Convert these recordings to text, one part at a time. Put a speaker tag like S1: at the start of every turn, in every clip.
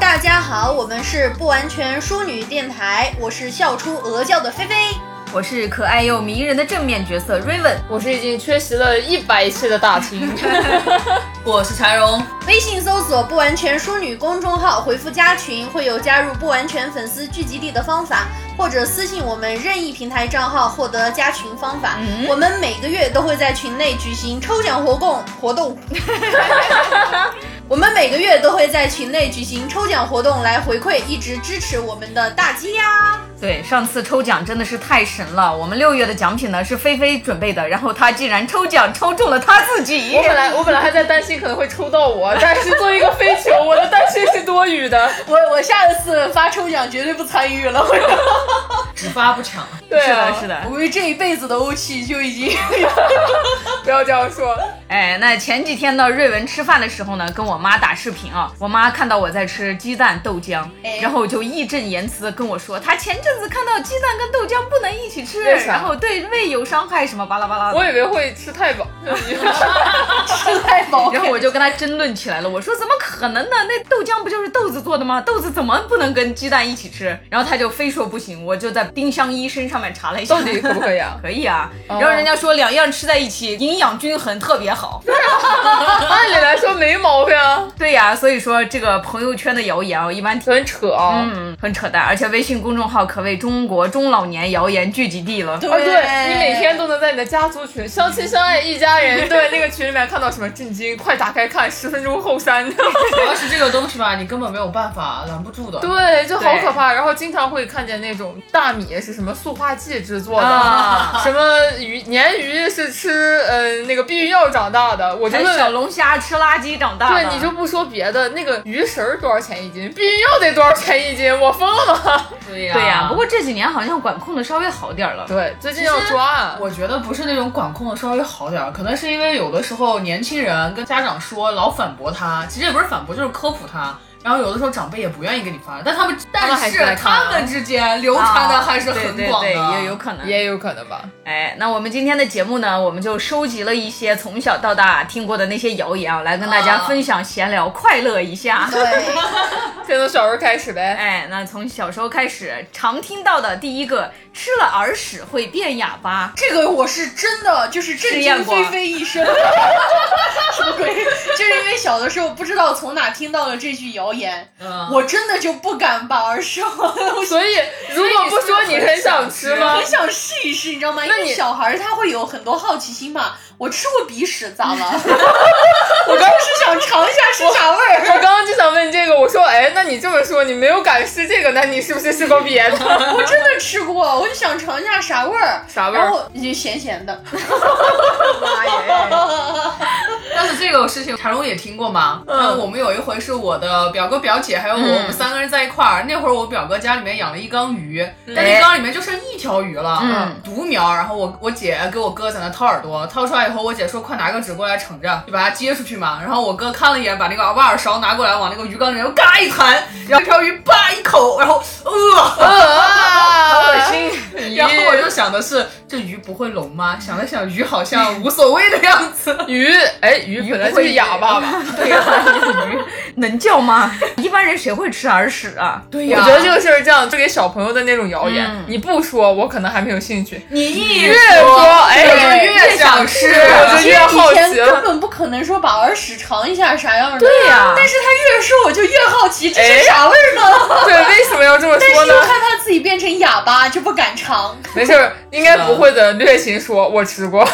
S1: 大家好，我们是不完全淑女电台，我是笑出鹅叫的菲菲。
S2: 我是可爱又迷人的正面角色 Raven，
S3: 我是已经缺席了一百期的大 清，
S4: 我是柴荣，
S1: 微信搜索“不完全淑女”公众号，回复“加群”会有加入不完全粉丝聚集地的方法，或者私信我们任意平台账号获得加群方法。我们每个月都会在群内举行抽奖活动活动。 我们每个月都会在群内举行抽奖活动来回馈一直支持我们的大家。
S2: 对，上次抽奖真的是太神了。我们六月的奖品呢是菲菲准备的，然后她竟然抽奖抽中了她自己。
S3: 我本来我本来还在担心可能会抽到 我，但是作为一个飞球，我的担心是多余 的。
S1: 我我下次发抽奖绝对不参与了，
S4: 只发不抢。
S3: 对
S2: 是
S3: 啊，
S2: 的，是的。
S1: 我们这一辈子的欧气就已经。
S3: 不要这样说。
S2: 哎，那前几天呢，瑞文吃饭的时候呢，跟我妈打视频啊，我妈看到我在吃鸡蛋豆浆
S1: 哎，
S2: 然后就义正言辞的跟我说，她前阵子看到鸡蛋跟豆浆不能一起吃，
S3: 为啥
S2: 然后对胃有伤害什么巴拉巴拉
S3: 我
S2: 的。
S3: 以为会吃太饱，
S1: 吃太饱
S2: 然后我就跟她争论起来了，我说怎么可能呢？那豆浆不就是豆子做的吗？豆子怎么不能跟鸡蛋一起吃？然后她就非说不行，我就在丁香医生上面查了一下，
S3: 到底可不可以啊？
S2: 可以啊。然后人家说两样吃在一起，营养均衡特别好。
S3: 按理来说没毛病啊，
S2: 对呀、所以说这个朋友圈的谣言啊，一般
S3: 很扯啊。
S2: 嗯，很扯淡，而且微信公众号可谓中国中老年谣言聚集地了。
S3: 啊，对你每天都能在你的家族群相亲相爱一家 人，对那个群里面看到什么震惊，快打开看，十分钟后删。
S4: 主要是这个东西吧，你根本没有办法拦不住的。
S3: 对，就好
S2: 对
S3: 可怕。然后经常会看见那种大米是什么塑化剂制作的，
S2: 啊
S3: 什么鱼鲶鱼是吃呃那个避孕药长大的。我就
S2: 还有小
S3: 问，
S2: 龙虾吃垃圾长大的，
S3: 对，你就不说别的，那个鱼食儿多少钱一斤，避孕药得多少钱一斤？我疯了吗？
S4: 对呀、
S2: 对呀、不过这几年好像管控的稍微好点儿了。
S3: 对，最近要抓。
S4: 我觉得不是那种管控的稍微好点儿，可能是因为有的时候年轻人跟家长说，老反驳他，其实也不是反驳，就是科普他。然后有的时候长辈也不愿意给你发，但他们但
S3: 还是
S4: 是
S3: 来看啊
S4: 他们之间流传的还是很广的，
S2: 对对啊对，也有可能。
S3: 也有可能吧，
S4: 嗯
S2: 哎，那我们今天的节目呢，我们就收集了一些从小到大听过的那些谣言啊，来跟大家
S4: 啊
S2: 分享闲聊，快乐 一下。
S1: 对，
S3: 先从小时候开始呗。
S2: 哎，那从小时候开始常听到的第一个，吃了耳屎会变哑巴。
S1: 这个我是真的就是震
S2: 试
S1: 惊
S2: 验过
S1: 菲菲一生。什么鬼？ 就是因为小的时候不知道从哪听到了这句谣言，
S4: 嗯
S1: 我真的就不敢把耳屎 往我
S3: 所以如果不说你很想吃吗
S1: 很？想试一试，你知道吗？因
S3: 那
S1: 为
S3: 你
S1: 小孩儿他会有很多好奇心嘛。我吃过鼻屎， 咋了？我
S3: 刚
S1: 是想尝一下是啥味儿。
S3: 我刚刚就想问这个，我说，哎，那你这么说，你没有敢吃这个，那你是不是吃过别的？
S1: 我真的吃过，我就想尝一下啥味儿，
S3: 啥味儿
S1: 然后就咸咸的。
S2: 妈耶！
S4: 但是这个事情柴荣也听过嘛？嗯，我们有一回是我的表哥、表姐还有我，我们三个人在一块儿。那会儿我表哥家里面养了一缸鱼，但那缸里面就剩一条鱼了，
S2: 嗯，
S4: 独苗。然后我我姐给我哥在那掏耳朵，掏出来以后，我姐说快拿个纸过来盛着，就把它接出去嘛。然后我哥看了一眼，把那个挖耳勺拿过来，往那个鱼缸里面又嘎一弹，然后那条鱼叭一口，然后呃。
S3: 好
S2: 恶。
S4: 啊
S2: 心。
S4: 然后我就想的是，这鱼不会聋吗？想了想，鱼好像无所谓的样子。
S3: 鱼，哎，鱼本来就是哑巴吧？
S2: 对呀、鱼能叫吗？一般人谁会吃耳屎啊？
S4: 对
S3: 我觉得这个事儿这样，就给小朋友的那种谣言，
S2: 嗯
S3: 你不说，我可能还没有兴趣。
S4: 你一
S3: 越说，哎，
S4: 对
S3: 我就
S4: 越想吃
S3: 我
S1: 其
S3: 就
S1: 实
S3: 越好
S1: 以前
S3: 奇啊
S1: 根
S3: 了。
S1: 本不可能说把耳屎尝一下啥样的，
S2: 对呀
S1: 但是他越说我就越好奇这
S3: 哎
S1: 是啥味儿呢？
S3: 对，为什么要这么
S1: 但
S3: 说
S1: 是又
S3: 呢？
S1: 害怕自己变成哑巴，就不敢尝。
S3: 没事儿，应该不会的。略行说，我吃过。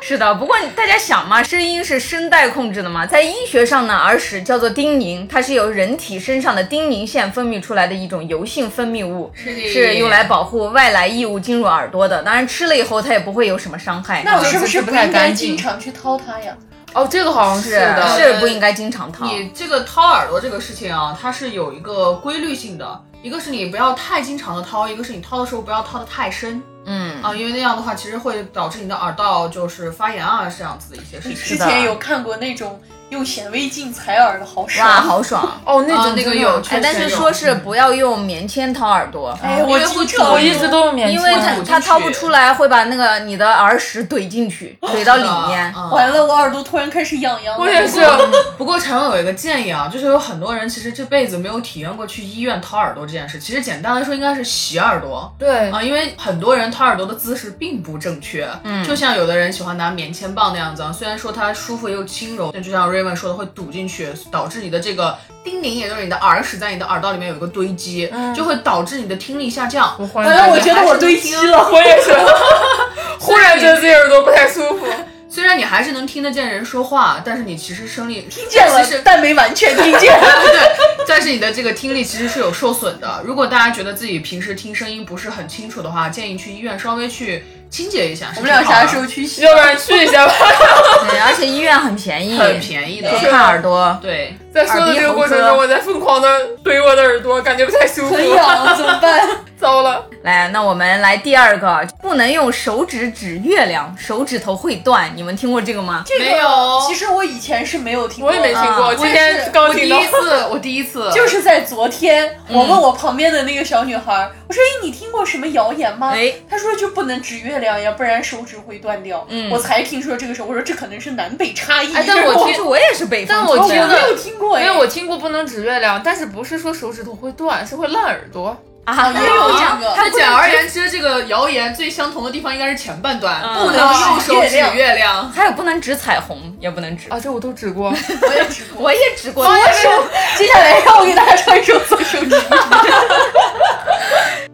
S2: 是的，不过大家想嘛，声音是声带控制的嘛，在医学上呢，耳屎叫做丁咛，它是由人体身上的丁咛腺分泌出来的一种油性分泌物，
S4: 是的
S2: 是用来保护外来异物进入耳朵的。当然吃了以后它也不会有什么伤害。
S1: 那我是不是
S4: 不
S1: 不
S4: 太
S1: 应该
S4: 干净
S1: 经常去掏它呀？
S3: 哦，这个好像
S2: 是
S3: 的，
S2: 是不应该经常掏。
S4: 你这个掏耳朵这个事情啊，它是有一个规律性的，一个是你不要太经常的掏，一个是你掏的时候不要掏的太深
S2: 嗯，
S4: 啊，因为那样的话其实会导致你的耳道就是发炎啊这样子的一些事情。
S1: 之
S2: 的
S1: 前有看过那种
S5: 用显微镜采耳的好爽。啊
S2: 哇，好 爽！
S3: 哦，那
S4: 啊
S3: 种
S4: 那
S3: 真
S4: 个
S3: 的
S4: 有
S2: 哎，
S4: 确实
S2: 但是
S4: 有
S2: 说是不要用棉签掏耳朵，
S5: 哎，我
S4: 因为会
S5: 经
S4: 吐
S5: 常
S3: 我一直都用棉签，
S2: 因为它
S4: 吐
S2: 它
S4: 进
S2: 掏不
S4: 去
S2: 出来，会把那个你的耳屎怼进去，怼到里面。
S4: 嗯
S5: 完了，我耳朵突然开始痒痒了。
S3: 我也是，
S4: 不过常有一个建议啊，就是有很多人其实这辈子没有体验过去医院掏耳朵这件事。其实简单来说，应该是洗耳朵。
S3: 对
S4: 啊，因为很多人掏耳朵的姿势并不正确，嗯，就像有的人喜欢拿棉签棒那样子啊，虽然说它舒服又轻柔，但就像 Raven 说的会堵进去，导致你的这个叮咛，也就是你的耳屎在你的耳道里面有一个堆积，就会导致你的听力下降。哎
S3: 我忽
S5: 完了，
S3: 然
S5: 嗯我觉得我堆积了。
S3: 我也是， 忽然觉得自己耳朵不太舒服。
S4: 虽然你还是能听得见人说话，但是你其实声力听
S5: 见了
S4: 其实，
S5: 但没完全听见。
S4: 对，但是你的这个听力其实是有受损的。如果大家觉得自己平时听声音不是很清楚的话，建议去医院稍微去清洁一下。
S5: 我们俩啥时候
S4: 是
S5: 去洗？
S3: 要不然去一下吧。
S2: 对，而且医院很便宜，
S4: 挺好的很便宜的？
S2: 可以看耳朵。
S4: 对，
S3: 在说的这个过程中，我在疯狂的怼我的耳朵，感觉不太舒服。
S5: 很痒，啊怎么办？
S3: 糟了，
S2: 来，那我们来第二个，不能用手指指月亮，手指头会断。你们听过这个吗？
S5: 这个
S4: 没有
S5: 其实我以前是没有听过
S3: 哦我
S5: 的，
S3: 也没听
S2: 啊
S3: 过，今天刚
S4: 我第
S3: 听到。
S4: 一次，我第一次
S5: 就是在昨天，我问我旁边的那个小女孩，我说：“哎，你听过什么谣言吗？”
S2: 哎
S5: 她说就不能指月亮，要不然手指会断掉。嗯我才听说这个时候，我说这可能是南北差异。
S3: 哎但我
S2: 其实我也是北方
S3: 但
S2: 出
S3: 我
S2: 来
S3: 觉
S2: 的
S5: 没有
S3: 得，
S5: 听过哎，
S3: 因为我听过不能指月亮，但是不是说手指头会断，是会烂耳朵。
S2: 啊，
S5: 也有这个
S2: 它
S4: 那简而言之，这个谣言最相同的地方应该是前半段，不能
S5: 啊
S4: 用手指
S5: 月亮
S4: 月 亮。
S2: 还有不能指彩虹，也不能指。
S3: 啊，这我都指过。
S5: 我也指过。
S2: 我也指过，
S5: 接下来让我给大家唱一首左手指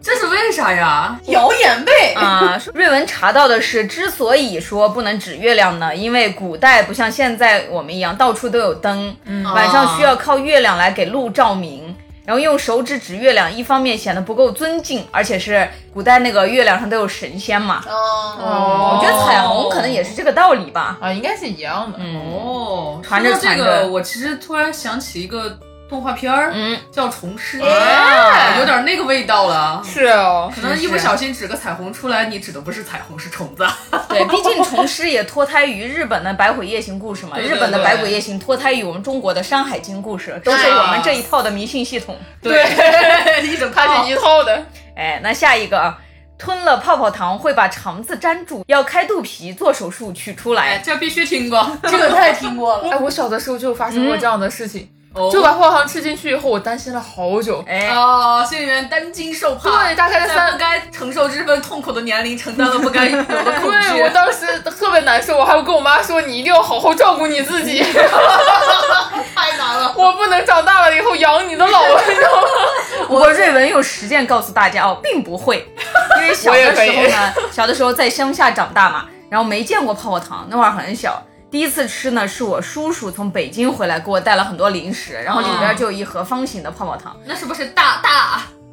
S4: 这是为啥呀？
S5: 谣言呗。
S2: 啊、瑞文查到的是，之所以说不能指月亮呢，因为古代不像现在我们一样到处都有灯，
S4: 嗯
S2: 晚上需要靠月亮来给路照明。然后用手指指月亮，一方面显得不够尊敬，而且是古代那个月亮上都有神仙嘛。
S5: 哦，
S3: 哦
S2: 我觉得彩虹可能也是这个道理 吧。
S3: 啊，应该是一样的。
S4: 哦，
S2: 传着
S4: 说到这
S2: 传着
S4: 个，我其实突然想起一个动画片儿，
S2: 嗯，
S4: 叫《虫师》，
S2: 哎
S4: 有点那个味道了。
S3: 是哦，
S4: 可能一不小心指个彩虹出来，你指的不是彩虹，是虫子。
S2: 对，毕竟虫师也脱胎于日本的百鬼夜行故事嘛，
S4: 对对
S2: 日本的
S4: 对啊
S2: 百鬼夜行脱胎于我们中国的山海经故事，都是我们这一套的迷信系统。
S4: 对， 一整
S3: 它
S4: 套
S3: 是。一套的。
S2: 哎，那下一个啊，吞了泡泡糖会把肠子粘住，要开肚皮做手术取出
S4: 哎，
S2: 来。
S4: 这必须听过。
S5: 这个太听过了。
S3: 哎，我小的时候就发生过这样的事情，
S4: 哦
S3: 就把泡泡糖吃进去以后，我担心了好久。
S2: 哎，
S4: 哦，心里面担惊受怕。
S3: 对大概在
S4: 在不该承受这份痛苦的年龄，承担了不该有的 恐
S3: 对，我
S4: 惧。
S3: 当时特别难受，我还跟我妈说，你一定要好好照顾你自己，
S4: 太难了。
S3: 我不能长大了以后养你的老了，你知道吗？
S2: 不过瑞文用实践告诉大家哦，并不 会，因为小的时候呢，小的时候在乡下长大嘛，然后没见过泡泡糖，那会儿很小。第一次吃呢，是我叔叔从北京回来给我带了很多零食，然后里边就有一盒方形的泡泡糖，
S4: 啊那是不是大啊大？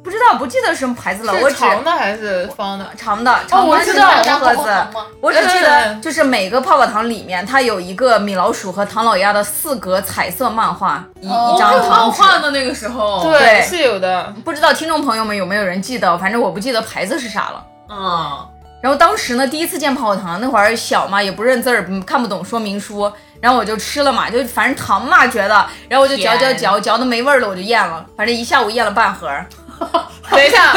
S2: 不知道不记得什么牌子了，我
S3: 是
S2: 只
S3: 长的还是方的？
S2: 长的，长
S3: 我
S2: 方形
S3: 知
S2: 的
S3: 道
S2: 大盒
S5: 泡泡糖
S2: 子
S5: 吗。
S2: 我只记
S3: 对对
S2: 得
S3: 对
S2: 就是每个泡泡糖里面，它有一个米老鼠和唐老鸭的四格彩色漫画，一
S5: 哦
S2: 一张
S4: 漫
S2: 糖纸。
S4: 画的那个时候，，
S2: 对
S3: 是有的。
S2: 不知道听众朋友们有没有人记得？反正我不记得牌子是啥了。
S4: 嗯，
S2: 然后当时呢，第一次见泡泡糖，那会儿小嘛，也不认字儿，嗯看不懂说明书，然后我就吃了嘛，就反正糖嘛觉得，然后我就嚼嚼
S4: 甜
S2: 嚼嚼的没味儿了，我就咽了，反正一下午咽了半盒儿。
S3: 等一下，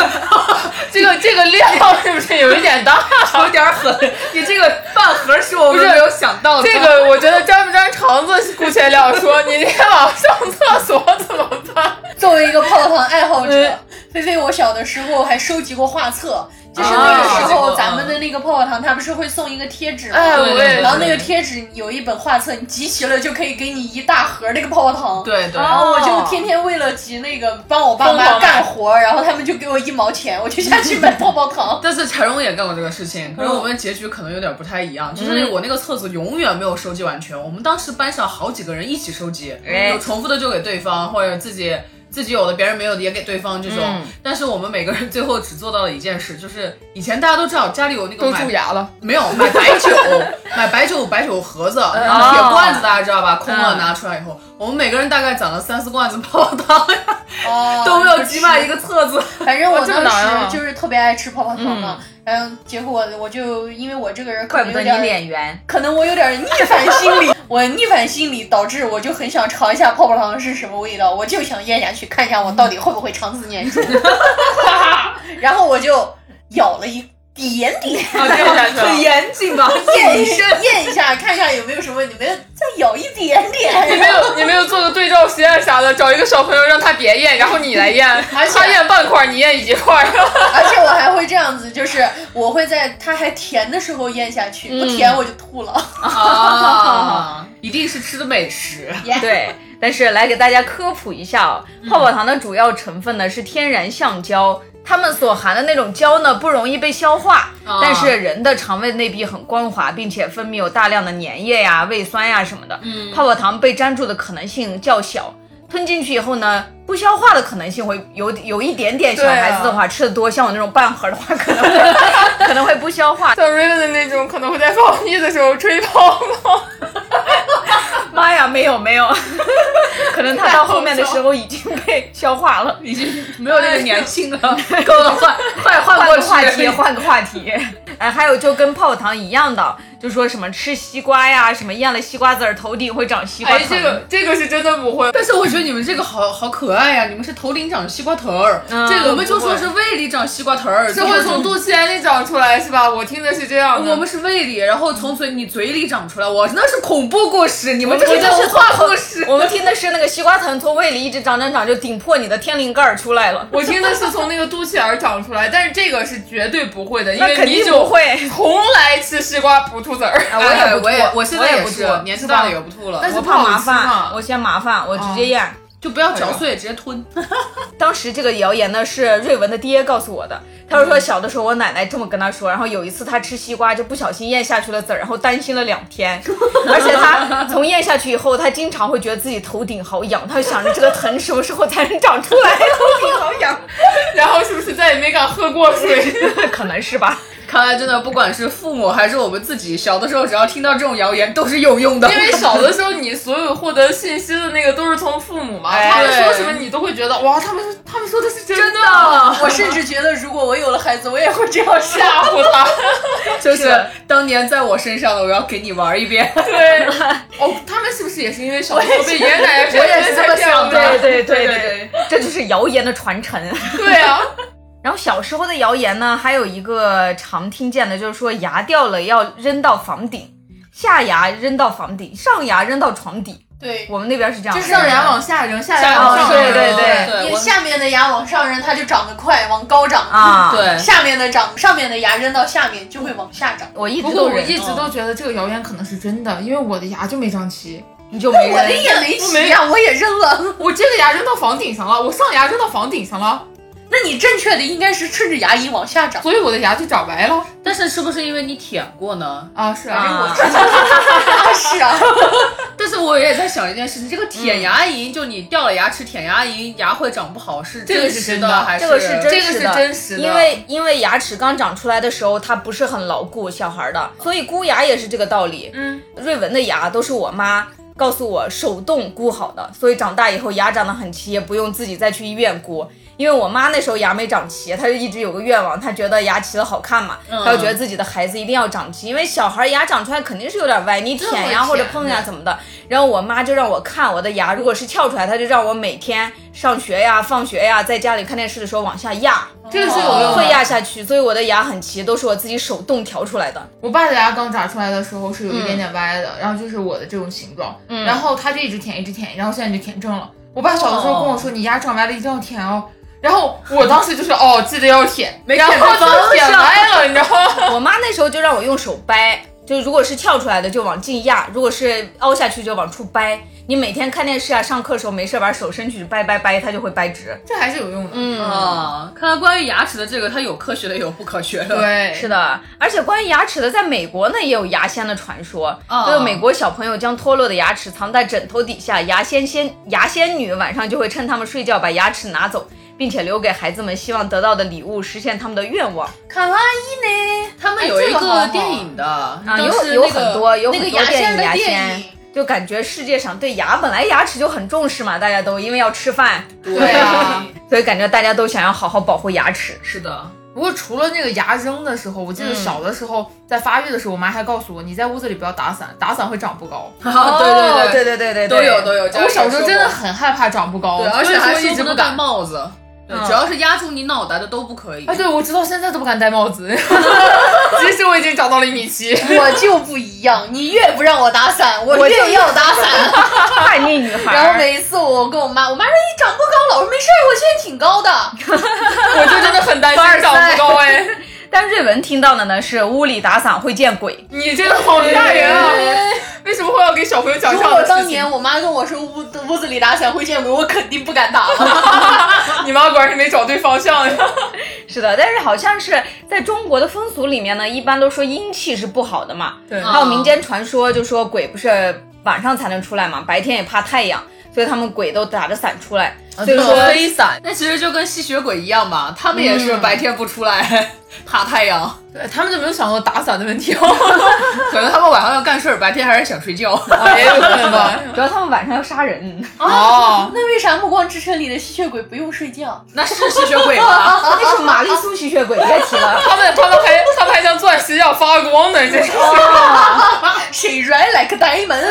S3: 这个这个量是不是有一点大？
S4: 有点 狠。你这个饭盒是我们没有想到的。
S3: 这个我觉得沾不沾肠子姑且两说，你今天晚上上厕所怎么办？
S5: 作为一个泡泡糖爱好者，菲菲，我小的时候还收集过画册，就是那个时
S4: 啊收集
S5: 候
S4: 过
S5: 咱们的那个泡泡糖，它不是会送一个贴纸吗？
S3: 哎，我也
S4: 对
S5: 然后那个贴纸有一本画册，你集齐了就可以给你一大盒那个泡泡糖。。
S4: 对
S3: 哦
S4: 对，
S5: 然后我就天天为了集那个帮我爸妈干活，然后他们就给我一毛钱，我就下去买泡泡糖。
S4: 但是柴荣也干过这个事情，可是
S3: 嗯
S4: 我们结局可能有点不太一样。就是那个我那个册子永远没有收集完全，我们当时班上好几个人一起收集，
S2: 哎
S4: 有重复的就给对方，或者自己自己有的别人没有的也给对方这种。
S2: 嗯
S4: 但是我们每个人最后只做到了一件事，就是以前大家都知道家里有那个
S3: 都
S4: 买
S3: 蛀牙了。
S4: 没有买白酒， 买白酒白酒盒子，然后铁罐子大家知道吧？空了
S2: 嗯
S4: 拿出来以后，我们每个人大概攒了三四罐子泡泡糖，
S5: 哦
S4: 都没有挤满一个册子。
S5: 反正我
S3: 这么难啊
S5: 当时就是特别爱吃泡泡糖嘛，然后结果我就因为我这个人可
S2: 怪
S5: 能
S2: 不
S5: 有
S2: 得你
S5: 点，
S2: 脸圆，
S5: 可能我有点逆反心理， 我逆反心理导致我就很想尝一下泡泡糖是什么味道，我就想咽下去看一下我到底会不会肠子粘住， 然后我就咬了一点点，
S3: 哦
S4: 啊，这样很严谨 吧？
S5: 咽
S4: 谨
S5: 一
S4: 慎。
S5: 咽一下，看一下有没有什么问题，没有，再咬一点
S3: 你
S5: 点。
S3: 没有，你没有做个对照实验啥的，找一个小朋友让他别咽，然后你来 咽，
S5: 而且
S3: 他咽半块儿，你咽一块 儿。
S5: 而且我还会这样子，就是我会在它还甜的时候咽下去，不甜我就吐了。
S4: 啊， 一定是吃的美食。
S2: 对，但是来给大家科普一下哦，
S3: 嗯
S2: 泡泡糖的主要成分呢是天然橡胶，它们所含的那种胶呢不容易被消化，
S3: 哦
S4: 啊
S2: 但是人的肠胃内壁很光滑，并且分泌有大量的粘液呀、胃酸呀什么的，
S4: 嗯
S2: 泡泡糖被粘住的可能性较小。吞进去以后呢，不消化的可能性会有有一点点。小
S3: 对啊
S2: 孩子的话，吃的多，像我那种半盒的话，可能会 可能会不消化。
S3: 像 Raven 的那种，可能会在放屁的时候吹泡泡。
S2: 妈呀，没有没 有，可能他到后面的时候已经被消化了。 哎
S4: 已经没有那个年轻了，够 了，换快换
S2: 换
S4: 过
S2: 个话题，
S4: 去。
S2: 换个话 题。哎，还有就跟泡泡糖一样的，就说什么吃西瓜呀，什么咽了西瓜籽儿头顶会长西瓜
S3: 哎
S2: 藤。，
S3: 这个这个是真的不会。
S4: 但是我觉得你们这个好好可爱呀、你们是头顶长西瓜头儿，
S2: 嗯
S4: 这个我们就说是胃里长西瓜头儿，
S3: 是会从肚脐眼里长出来是吧？我听的是这样的。
S4: 我们是胃里，然后从嘴你嘴里长出来，我那是恐怖故事，你们这
S2: 我
S4: 是
S2: 们这是
S4: 童话故事。
S2: 我们听的是那个西瓜藤从胃里一直长长长，就顶破你的天灵盖儿出来了。
S3: 我听的是从那个肚脐眼儿长出来，但是这个是绝对不会的，因
S2: 那
S3: 为
S2: 肯
S3: 你
S2: 定
S3: 就
S2: 不会。
S3: 从来吃西瓜不吐籽儿。
S2: 啊我也不
S4: 哎我也
S2: 吐
S4: 我现在
S2: 我也不
S4: 是
S2: 吐
S4: 年纪大了也不吐了，
S3: 但是
S2: 我
S3: 不
S2: 怕
S3: 好
S2: 麻
S3: 吃嘛
S2: 烦，我嫌麻烦，我直
S4: 哦
S2: 接咽。
S4: 就不要嚼碎，直接吞。
S2: 当时这个谣言呢是瑞文的爹告诉我的，他是说小的时候我奶奶这么跟他说，然后有一次他吃西瓜就不小心咽下去了籽儿，然后担心了两 天，而且他从咽下去以后，他经常会觉得自己头顶好痒，他就想着这个藤什么时候才能长出来，头顶好痒，
S3: 然后是不是再也没敢喝过水？
S2: 可能是吧。
S4: 看来真的，不管是父母还是我们自己，小的时候只要听到这种谣言都是有用 的。
S3: 因为小的时候你所有获得信息的那个都是从父母嘛，
S4: 哎
S3: 他们说什么你都会觉得哇，他们说他们说的是真的，
S5: 我甚至觉得，如果我有了孩子，我也会这样想。
S3: 吓唬他。
S4: 就是 当年在我身上的，我要给你玩一遍。
S3: 对，哦，他们是不是也是因为小时候被爷爷奶 奶
S4: 我也是这么想
S2: 对
S4: 的
S2: 对对
S4: 对
S2: 对，这就是谣言的传承。
S3: 对啊，
S2: 然后小时候的谣言呢，还有一个常听见的，就是说牙掉了要扔到房顶，下牙扔到房顶，上牙扔到床底。
S5: 对，
S2: 我们那边是这样的，
S5: 就是让牙往下扔，下牙
S2: 往
S3: 哦
S5: 往上
S2: 对
S5: 扔。
S2: 对对
S4: 对
S5: 因为
S4: 我
S5: 下面的牙往上扔，它就长得快，往高长。
S2: 啊，
S4: 对
S5: 下面的长，上面的牙扔到下面就会往下长。
S2: 我一
S3: 不
S2: 直
S3: 过
S2: 都
S3: 我
S2: 忍，
S3: 一直都觉得这个谣言可能是真的，因为我的牙就没长齐，
S2: 你就没
S5: 我的
S2: 人。
S5: 也没齐哎呀，我也扔了。
S3: 我这个牙扔到房顶上了，我上牙扔到房顶上了，
S5: 那你正确的应该是顺着牙龈往下长。
S3: 所以我的牙就长歪了
S4: 但是是不是因为你舔过呢？
S3: 啊！是
S2: 啊，
S5: 是 啊，
S4: 但是我也在想一件事情，这个舔牙龈，就你掉了牙齿舔牙龈，牙会长不好，是
S3: 这个是
S4: 是
S3: 真的
S4: 的还
S2: 这个是真
S3: 这个
S2: 实
S3: 是
S2: 的，
S3: 真实的
S2: 因为因为牙齿刚长出来的时候，它不是很牢固，小孩儿的，所以箍牙也是这个道理。
S3: 嗯，
S2: 瑞文的牙都是我妈告诉我手动箍好的，所以长大以后牙长得很齐，也不用自己再去医院箍。因为我妈那时候牙没长齐，她就一直有个愿望，她觉得牙齐了好看嘛，嗯她就觉得自己的孩子一定要长齐，因为小孩牙长出来肯定是有点歪，你舔呀
S3: 会
S2: 或者
S3: 舔
S2: 碰呀怎么的。然后我妈就让我看我的牙，如果是翘出来，她就让我每天上学呀、放学呀，在家里看电视的时候往下压，
S3: 这个是有用
S2: 哦会
S3: 的。
S2: 压下去，所以我的牙很齐，都是我自己手动调出来的。
S3: 我爸的牙刚长出来的时候是有一点点歪的，然后就是我的这种形状，然后他就一直舔一直舔，然后现在就舔正了。我爸小的时候跟我说，你牙长歪了一定要舔哦。然后我当时就是哦，记得要舔， 然后就舔歪了，你知道吗？
S2: 我妈那时候就让我用手掰，就如果是翘出来的就往进压，如果是凹下去就往出掰。你每天看电视啊、上课的时候没事儿把手伸进去掰掰掰，它就会掰直。
S3: 这还是有用的。嗯，
S4: 啊。看来关于牙齿的这个，它有科学的，也有不科学的。，
S3: 对，
S2: 是的，而且关于牙齿的，在美国呢也有牙仙的传说，
S3: 哦
S2: 就是美国小朋友将脱落的牙齿藏在枕头底下，牙仙仙牙仙女晚上就会趁他们睡觉把牙齿拿走，并且留给孩子们希望得到的礼物，实现他们的愿望。
S5: 卡哇伊呢？
S4: 他们有一
S5: 哎这个好
S4: 个
S5: 好
S4: 电影的，
S2: 啊，
S4: 啊
S2: 有有很多有很
S5: 那个
S2: 多
S5: 牙
S2: 电
S5: 仙
S2: 影
S5: 的
S2: 牙
S5: 电
S2: 仙
S5: 影，
S2: 就感觉世界上对牙本来牙齿就很重视嘛，大家都因为要吃饭，
S4: 对
S3: 啊，
S2: 所以感觉大家都想要好好保护牙齿。
S4: 是的。
S3: 不过除了那个牙扔的时候，我记得
S2: 嗯
S3: 小的时候在发育的时候，我妈还告诉我，你在屋子里不要打伞，打伞会长不高。
S5: 哦
S4: 啊， 对对
S2: 对对对对，
S4: 都有都有。
S3: 我小时候真的，很害怕长不高，
S4: 对，而
S3: 所
S4: 且
S3: 以
S4: 还
S3: 说一直
S4: 不
S3: 不
S4: 能戴
S3: 敢。嗯
S4: 帽子，对，只要是压住你脑袋的都不可以
S3: 哎，。对，我直到现在都不敢戴帽子。 其实我已经长到了一米七。
S5: 我就不一样，你越不让我打伞，我越要打伞。
S2: 叛逆女孩儿。
S5: 然后每一次我跟我妈，我妈说你长不高了，我说没事儿，我现在挺高的。
S3: 我就真的很担心长不高哎。
S2: 但瑞文听到的呢是屋里打伞会见鬼，
S3: 你真的
S4: 哎
S3: 好吓人啊！为什么会要给小朋友讲
S5: 如
S3: 这样
S5: 果
S3: 的事情？
S5: 当年我妈跟我说屋屋子里打伞会见鬼，我肯定不敢打了。
S3: 你妈果然是没找对方向呀。
S2: 是的，但是好像是在中国的风俗里面呢，一般都说阴气是不好的嘛，
S3: 对
S5: 哦
S2: 还有民间传说就说鬼不是晚上才能出来嘛，白天也怕太阳，所以他们鬼都打着伞出来，
S5: 哦
S2: 所以说
S3: 飞伞，
S4: 那其实就跟吸血鬼一样嘛，他们也是白天不出来，怕太阳，
S3: 嗯对他们就没有想过打伞的问题哦。
S4: 可能他们晚上要干事儿，白天还是想睡觉。
S3: 也有可能吧。
S2: 主要他们晚上要杀人，
S3: 哦，
S5: 那为啥《暮光之城》里的吸血鬼不用睡觉？
S4: 那是吸血鬼
S2: 啊
S4: 吗？
S2: 那是玛丽苏吸血鬼，别提了。
S3: 他们他们还他们还像钻石一样发光呢，这是。
S5: 谁 ride like a diamond？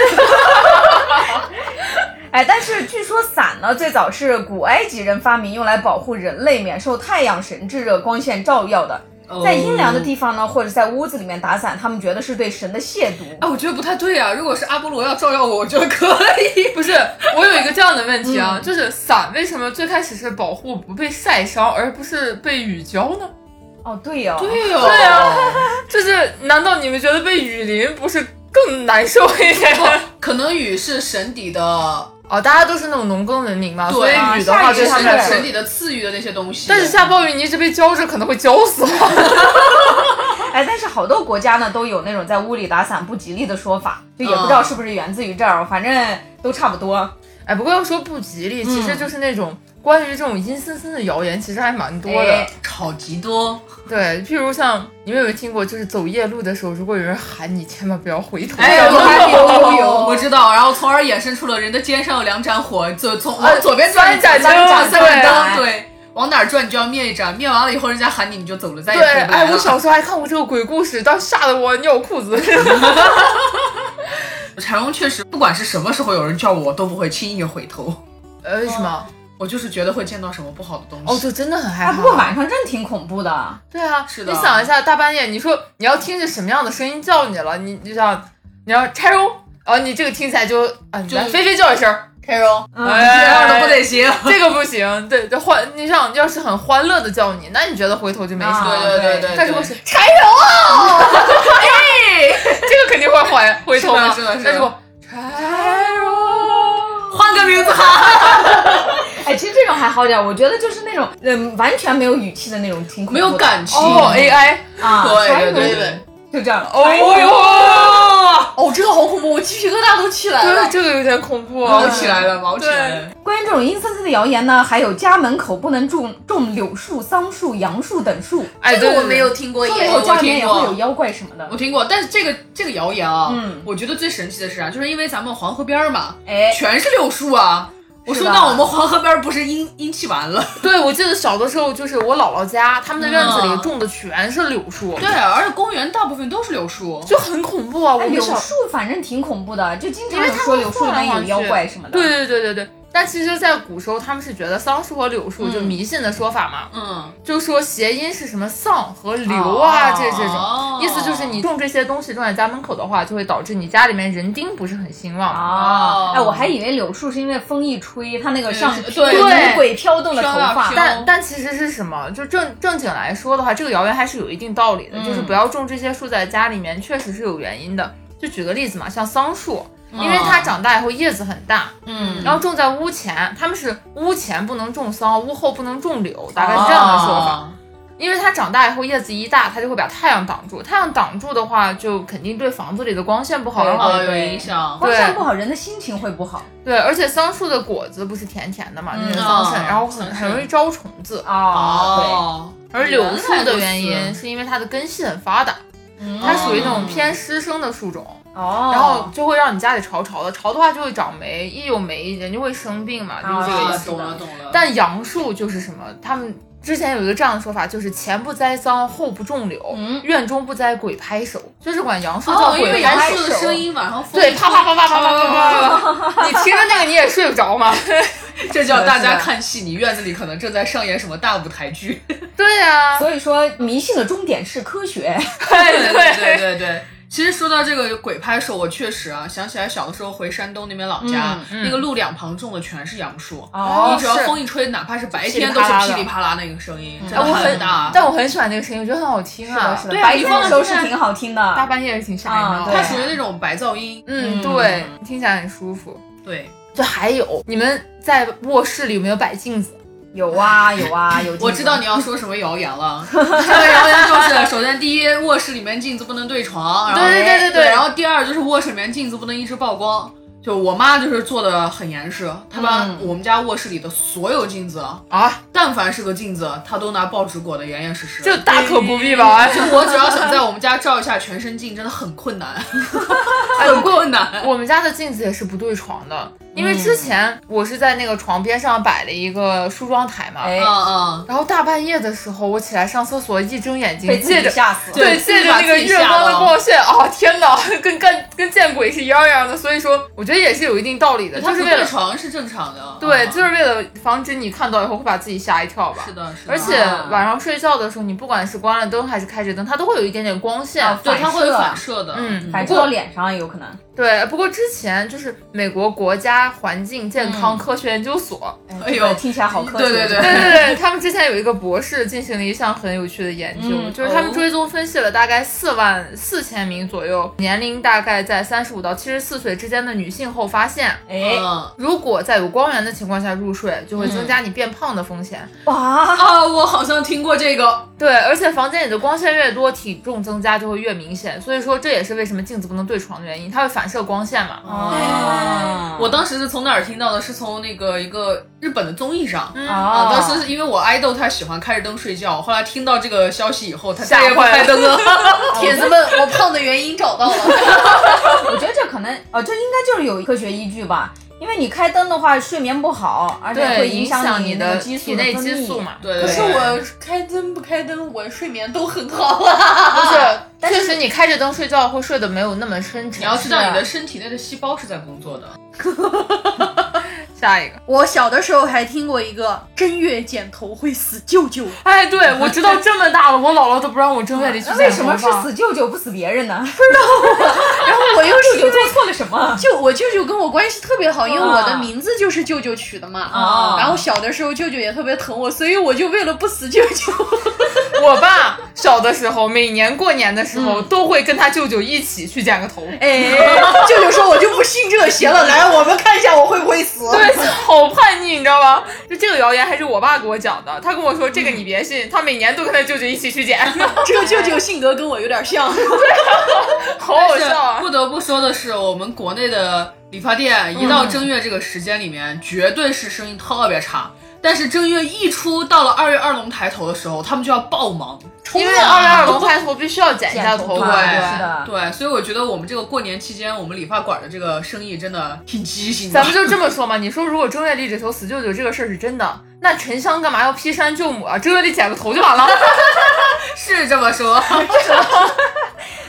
S2: 哎，但是据说伞呢，最早是古埃及人发明，用来保护人类免受太阳神炙热光线照耀的。在阴凉的地方呢，或者在屋子里面打伞，他们觉得是对神的亵渎。
S4: 哎，我觉得不太对啊。如果是阿波罗要照耀我，我觉得可以。 嗯
S3: 不是，我有一个这样的问题啊，就是伞为什么最开始是保护不被晒伤，而不是被雨浇呢？
S2: 哦，对哦，
S3: 哎
S4: 对哦， 对啊，
S3: 就是难道你们觉得被雨淋不是更难受一点？
S4: 可能雨是神底的，
S3: 哦，大家都是那种农耕文明嘛，所以
S4: 对啊
S3: 雨的话
S2: 下雨
S3: 对
S4: 是
S3: 他
S4: 神
S3: 们来
S2: 是
S3: 说
S4: 神底的赐予的那些东西。
S3: 但是下暴雨你一直被浇着，可能会浇死啊我。
S2: 哎，但是好多国家呢都有那种在屋里打伞不吉利的说法，就也不知道是不是源自于这儿，反正都差不多。
S3: 哎，不过要说不吉利，其
S4: 嗯
S3: 实就是那种关于这种阴森森的谣言，其实还蛮多的。
S2: 哎
S4: 超级多，
S3: 对，譬如像你们有没有听过，就是走夜路的时候，如果有人喊你，千万不要回头。
S4: 哎，
S2: 我还有我有
S4: 我知道，然后从而衍生出了人的肩上有两盏火，左从往左边转
S3: 啊三盏灯
S4: 三盏三盏灯，
S2: 对
S4: 对，往哪儿转你就要灭一盏，灭完了以后人家喊你你就走了，再 也
S3: 对，
S4: 回不来
S3: 哎，
S4: 了
S3: 我小时候还看过这个鬼故事，当时吓得我尿裤子。
S4: 柴荣确实，不管是什么时候有人叫我，我都不会轻易回头，
S3: 呃，为什么？
S4: 我就是觉得会见到什么不好的东
S3: 哦，
S4: 西。
S3: 就真的很害
S2: 哎，
S3: 怕。
S2: 不过晚上真挺恐怖的。
S3: 对啊，
S4: 是的
S3: 你想一下，大半夜，你说你要听着什么样的声音叫你了？你就像你要柴荣，然后你这个听起来就啊，你
S4: 就
S3: 来菲菲叫一声，
S5: 开荣，
S2: 嗯
S4: 这样
S3: 哎
S4: 的不得行。
S3: 这个不行，对，这欢，你想要是很欢乐的叫你，那你觉得回头就没什么。
S2: 啊
S4: 对对对对
S3: 但如果是
S5: 柴 荣啊！
S3: 这个肯定会还回头嘛。
S4: 是的是的是的
S3: 但如果柴荣，
S4: 换个名字喊，
S2: 哎，其实这种还好点儿，我觉得就是那种嗯完全没有语气的那种，挺恐怖
S4: 没
S2: 的
S4: 有感情。
S3: 哦，AI，
S2: 啊，
S4: 对对
S2: 柴
S4: 对
S2: 荣
S4: 对，
S2: 就这样。哦
S3: 哦
S5: 哦，这个好恐怖，我鸡皮疙瘩都起来
S3: 呦，对，
S5: 了。
S3: 这个有点恐怖。
S4: 毛起来了，毛起来了。
S2: 关于这种阴森森的谣言呢，还有家门口不能种种柳树、桑树、杨树等树，
S3: 哎，
S5: 这
S3: 对，
S5: 个我
S3: 对
S5: 没。有听过
S1: 哎
S4: 对
S5: 耶
S4: 我。
S2: 家里面
S4: 听
S2: 也
S4: 过
S2: 会有妖怪什么的
S4: 我。听过，但是这个这个谣言啊，
S2: 嗯
S4: 我觉得最神奇的是啊，就是因为咱们黄河边儿嘛，
S2: 哎，
S4: 全是柳树啊。我
S2: 是
S4: 说
S2: 的
S4: 那我们黄河边儿不是阴阴气完了？
S3: 对对，我记得小的时候，就是我姥姥家，他们的院子里
S4: 嗯
S3: 种的全是柳树，
S4: 对，而且公园大部分都是柳树。
S3: 就很恐怖啊。我
S2: 哎
S3: 们
S2: 柳
S3: 小，
S2: 树反正挺恐怖的，就经常
S3: 因为
S2: 有
S3: 它
S2: 说
S3: 会
S2: 柳树里
S3: 晃来
S2: 面有
S3: 晃
S2: 妖
S3: 去
S2: 怪什么的。
S3: 对对对对对。但其实，在古时候，他们是觉得桑树和柳树就迷信的说法嘛，
S4: 嗯，
S3: 就说谐音是什么丧和流啊，这这种。
S4: 哦
S3: 意思就是你种这些东西种在家门口的话，就会导致你家里面人丁不是很兴旺。
S2: 啊
S4: 哦，
S2: 哎，我还以为柳树是因为风一吹，它那个上
S4: 对
S2: 有
S3: 对
S2: 女鬼飘动的头
S4: 飘啊
S2: 发
S4: 飘。
S3: 但但其实是什么？就正正经来说的话，这个谣言还是有一定道理的，就是
S4: 嗯
S3: 不要种这些树在家里面，确实是有原因的。就举个例子嘛，像桑树，
S4: 嗯
S3: 因为它长大以后叶子很大，
S2: 嗯
S3: 然后种在屋前，他们是屋前不能种桑，屋后不能种柳，大概是这样的说法。
S4: 哦
S3: 因为它长大以后叶子一大，它就会把太阳挡住，太阳挡住的话，就肯定对房子里的光线不好，
S2: 对
S3: 然后
S4: 哦，
S2: 对
S4: 有影响。
S2: 光线
S3: 对
S2: 不好，人的心情会不好
S3: 对，而且桑树的果子不是甜甜的嘛，那个
S2: 嗯
S3: 桑葚，
S4: 哦
S3: 然后很
S4: 桑葚
S3: 很容易招虫子。
S2: 啊。
S4: 哦，
S3: 而柳树的原
S4: 原来
S3: 因
S4: 如此
S3: 是因为它的根系很发达，
S2: 对，
S3: 它属于那种
S4: 哦
S3: 偏湿生的树种，
S2: 哦，
S3: 然后就会让你家里潮潮的，潮的话就会长霉，一有霉人就会生病嘛，就是这个
S2: 啊
S3: 意
S4: 啊
S3: 思。
S4: 懂了懂了。
S3: 但杨树就是什么，它们之前有一个这样的说法，就是前不栽赃，后不中流，
S2: 嗯
S3: 院中不栽鬼拍手，就是管杨树叫
S4: 哦，因为
S3: 鬼
S4: 杨
S3: 拍
S4: 树的
S3: 手。
S4: 声音哦晚上风
S3: 对，
S4: 一
S3: 啪
S4: 吹
S3: 啪啪啪啪啪啪啪啪！你听着那个你也睡不着吗？
S4: 这叫大家看戏，你院子里可能正在上演什么大舞台剧。
S3: 对啊呀、
S2: 所以说，迷信的终点是科学。
S4: 对对对对。其实说到这个鬼拍手，我确实啊想起来小的时候回山东那边老家，那个路两旁种的全是杨树，
S3: 哦
S4: 你只要
S3: 是
S4: 风一吹，哪怕是白天
S3: 噼
S4: 都
S3: 里
S4: 是
S3: 啪啦的
S4: 噼里啪啦那个声音，真
S3: 哎
S4: 的
S3: 我很
S4: 很大。
S3: 但我很喜欢那个声音，我觉得很好听啊。
S2: 对
S4: 白
S2: 白天
S4: 天
S2: 的
S4: 的
S2: 时候
S4: 现
S2: 哦是
S4: 在
S2: 挺好听
S3: 大
S2: 的。
S3: 半夜是挺吓人
S2: 啊
S3: 的。
S2: 对
S4: 它属于那种白噪音，
S2: 嗯
S3: 嗯，对，听起来很舒服。
S4: 对。
S3: 就还有，你们在卧室里有没有摆镜子？
S2: 有啊有啊有。
S4: 我知道你要说什么谣言了，这个谣言就是，首先第一，卧室里面镜子不能对床，然后
S3: 对对对对对
S4: 然后第二就是卧室里面镜子不能一直曝光。就我妈就是做的很严实，她把我们家卧室里的所有镜子，
S3: 嗯啊，
S4: 但凡是个镜子，她都拿报纸裹得严严实实。
S3: 就大可不必吧。
S4: 就我只要想在我们家照一下全身镜，真的很 困难，很困 难。
S3: 我们家的镜子也是不对床的，因为之前我是在那个床边上摆了一个梳妆台嘛，
S2: 哎
S4: 嗯，嗯，
S3: 然后大半夜的时候我起来上厕所，一睁眼睛
S2: 被自
S3: 借
S2: 己
S3: 着。
S2: 吓死了。
S3: 对，
S4: 自己
S3: 借着
S4: 把
S3: 那个
S4: 自己
S3: 月
S4: 吓
S3: 光的
S4: 到
S3: 光线啊，天哪，跟干跟见鬼是一样一样的。所以说，我觉得也是有一定道理的，
S4: 她
S3: 就
S4: 哎不
S3: 是为
S4: 对
S3: 了
S4: 床是正常的，
S3: 对，
S4: 嗯
S3: 就是为了防止你看到以后会把自己吓一跳吧。
S4: 是的，是的。
S3: 而且晚上睡觉的时候，你不管是关了灯还是开着灯，它都会有一点点光线。
S2: 啊
S4: 对，它会有
S2: 反射
S4: 反射的，
S3: 嗯
S2: 反正到脸上也有可能。
S3: 对，不过之前就是美国国家环境健
S4: 嗯
S3: 康科学研究所，
S4: 哎呦
S2: 听起来好科学。
S4: 对对对
S3: 对对对，他们之前有一个博士进行了一项很有趣的研究，
S2: 嗯
S3: 就是他们
S4: 哦
S3: 追踪分析了大概四万四千名左右，年龄大概在三十五到七十四岁之间的女性后发现。
S2: 哎，
S4: 嗯。
S3: 如果在有光源的情况下入睡，就会增加你变胖的风险。
S2: 哇，
S4: 啊，我好像听过这个。
S3: 对，而且房间里的光线越多，体重增加就会越明显。所以说，这也是为什么镜子不能对床的原因，它会反射光线嘛。
S4: 哦
S2: 哦
S4: 嗯
S2: 啊
S4: 我当时是从哪儿听到的？是从那个一个日本的综艺上。
S2: 啊
S4: 啊，当时是因为我爱豆他喜欢开着灯睡觉，后来听到这个消息以后，他再也
S3: 吓
S4: 不
S3: 坏
S4: 开
S3: 了
S4: 灯了。
S5: 铁子们， 我胖的原因找到了，
S2: 我觉得这可能，呃，这应该就是有科学依据吧。因为你开灯的话，睡眠不好，而且
S3: 对，
S2: 会
S3: 影
S2: 响
S3: 你
S2: 那个激素
S3: 体内
S2: 分
S3: 激
S2: 泌啊
S3: 素。嘛。
S4: 对
S5: 可
S4: 对
S5: 是
S4: 对，
S5: 我开灯不开灯，我睡眠都很好啊。
S3: 不是，确实你开着灯睡觉会睡得没有那么深沉。
S4: 你要知道你的身体内的细胞是在工作的。
S3: 下一个。
S1: 我小的时候还听过一个正月剪头会死舅舅，
S3: 哎，对，我知道这么大了，我姥姥都不让我正月里去
S2: 那
S3: 剪
S2: 为什么是
S3: 头发
S2: 死舅舅不死别人呢？
S1: 然后 我又
S2: 舅
S1: 是
S2: 舅做错了什么？
S1: 就我舅舅跟我关系特别好，因为我的
S2: 啊
S1: 名字就是舅舅取的嘛。
S2: 啊
S1: 然后小的时候舅舅也特别疼我，所以我就为了不死舅舅，
S3: 我爸小的时候，每年过年的时候、都会跟他舅舅一起去剪个头。
S1: 哎，
S5: 舅舅说：“我就不信这邪了，来，我们看一下我会不会死。
S3: 对，好叛逆，你知道吗？就这个谣言还是我爸给我讲的，他跟我说这个你别信，他每年都跟他舅舅一起去 剪，
S5: 这个舅舅性格跟我有点像，
S3: 好好笑
S4: 但是
S3: 啊！
S4: 不得不说的是，我们国内的理发店一到正月这个时间里面，绝对是生意特别差。但是正月一出，到了二月二龙抬头的时候，他们就要爆忙。
S3: 因为二月二龙抬头必须要啊剪一下
S2: 剪头
S3: 头
S2: 发
S3: 发，
S2: 对
S3: 对
S2: 是的
S4: 对，所以我觉得我们这个过年期间，我们理发馆的这个生意真的挺畸形 的
S3: 咱。们就这么说嘛，你说如果正月里这头死舅舅这个事儿是真的，那沉香干嘛要劈山救母啊？正月里剪个头就完 了。
S4: 是这么说，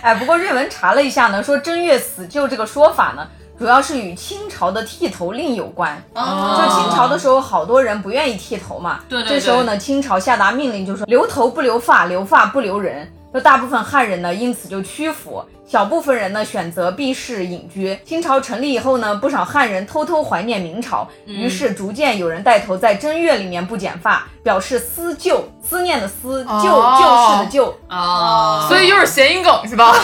S2: 哎，不过瑞文查了一下呢，说正月死舅这个说法呢，主要是与清朝的剃头令有关。
S5: 啊
S2: 就清朝的时候，好多人不愿意剃头嘛。
S4: 哦对对
S2: 这时候呢，清朝下达命令，就说留头不留发，留发不留人。就大部分汉人呢，因此就屈服；小部分人呢，选择避世隐居。清朝成立以后呢，不少汉人偷偷怀念明朝，
S4: 嗯
S2: 于是逐渐有人带头在正月里面不剪发，表示思旧，思念的思，旧
S3: 哦
S2: 旧事的旧。
S4: 啊，
S3: 所以又是谐音梗是吧？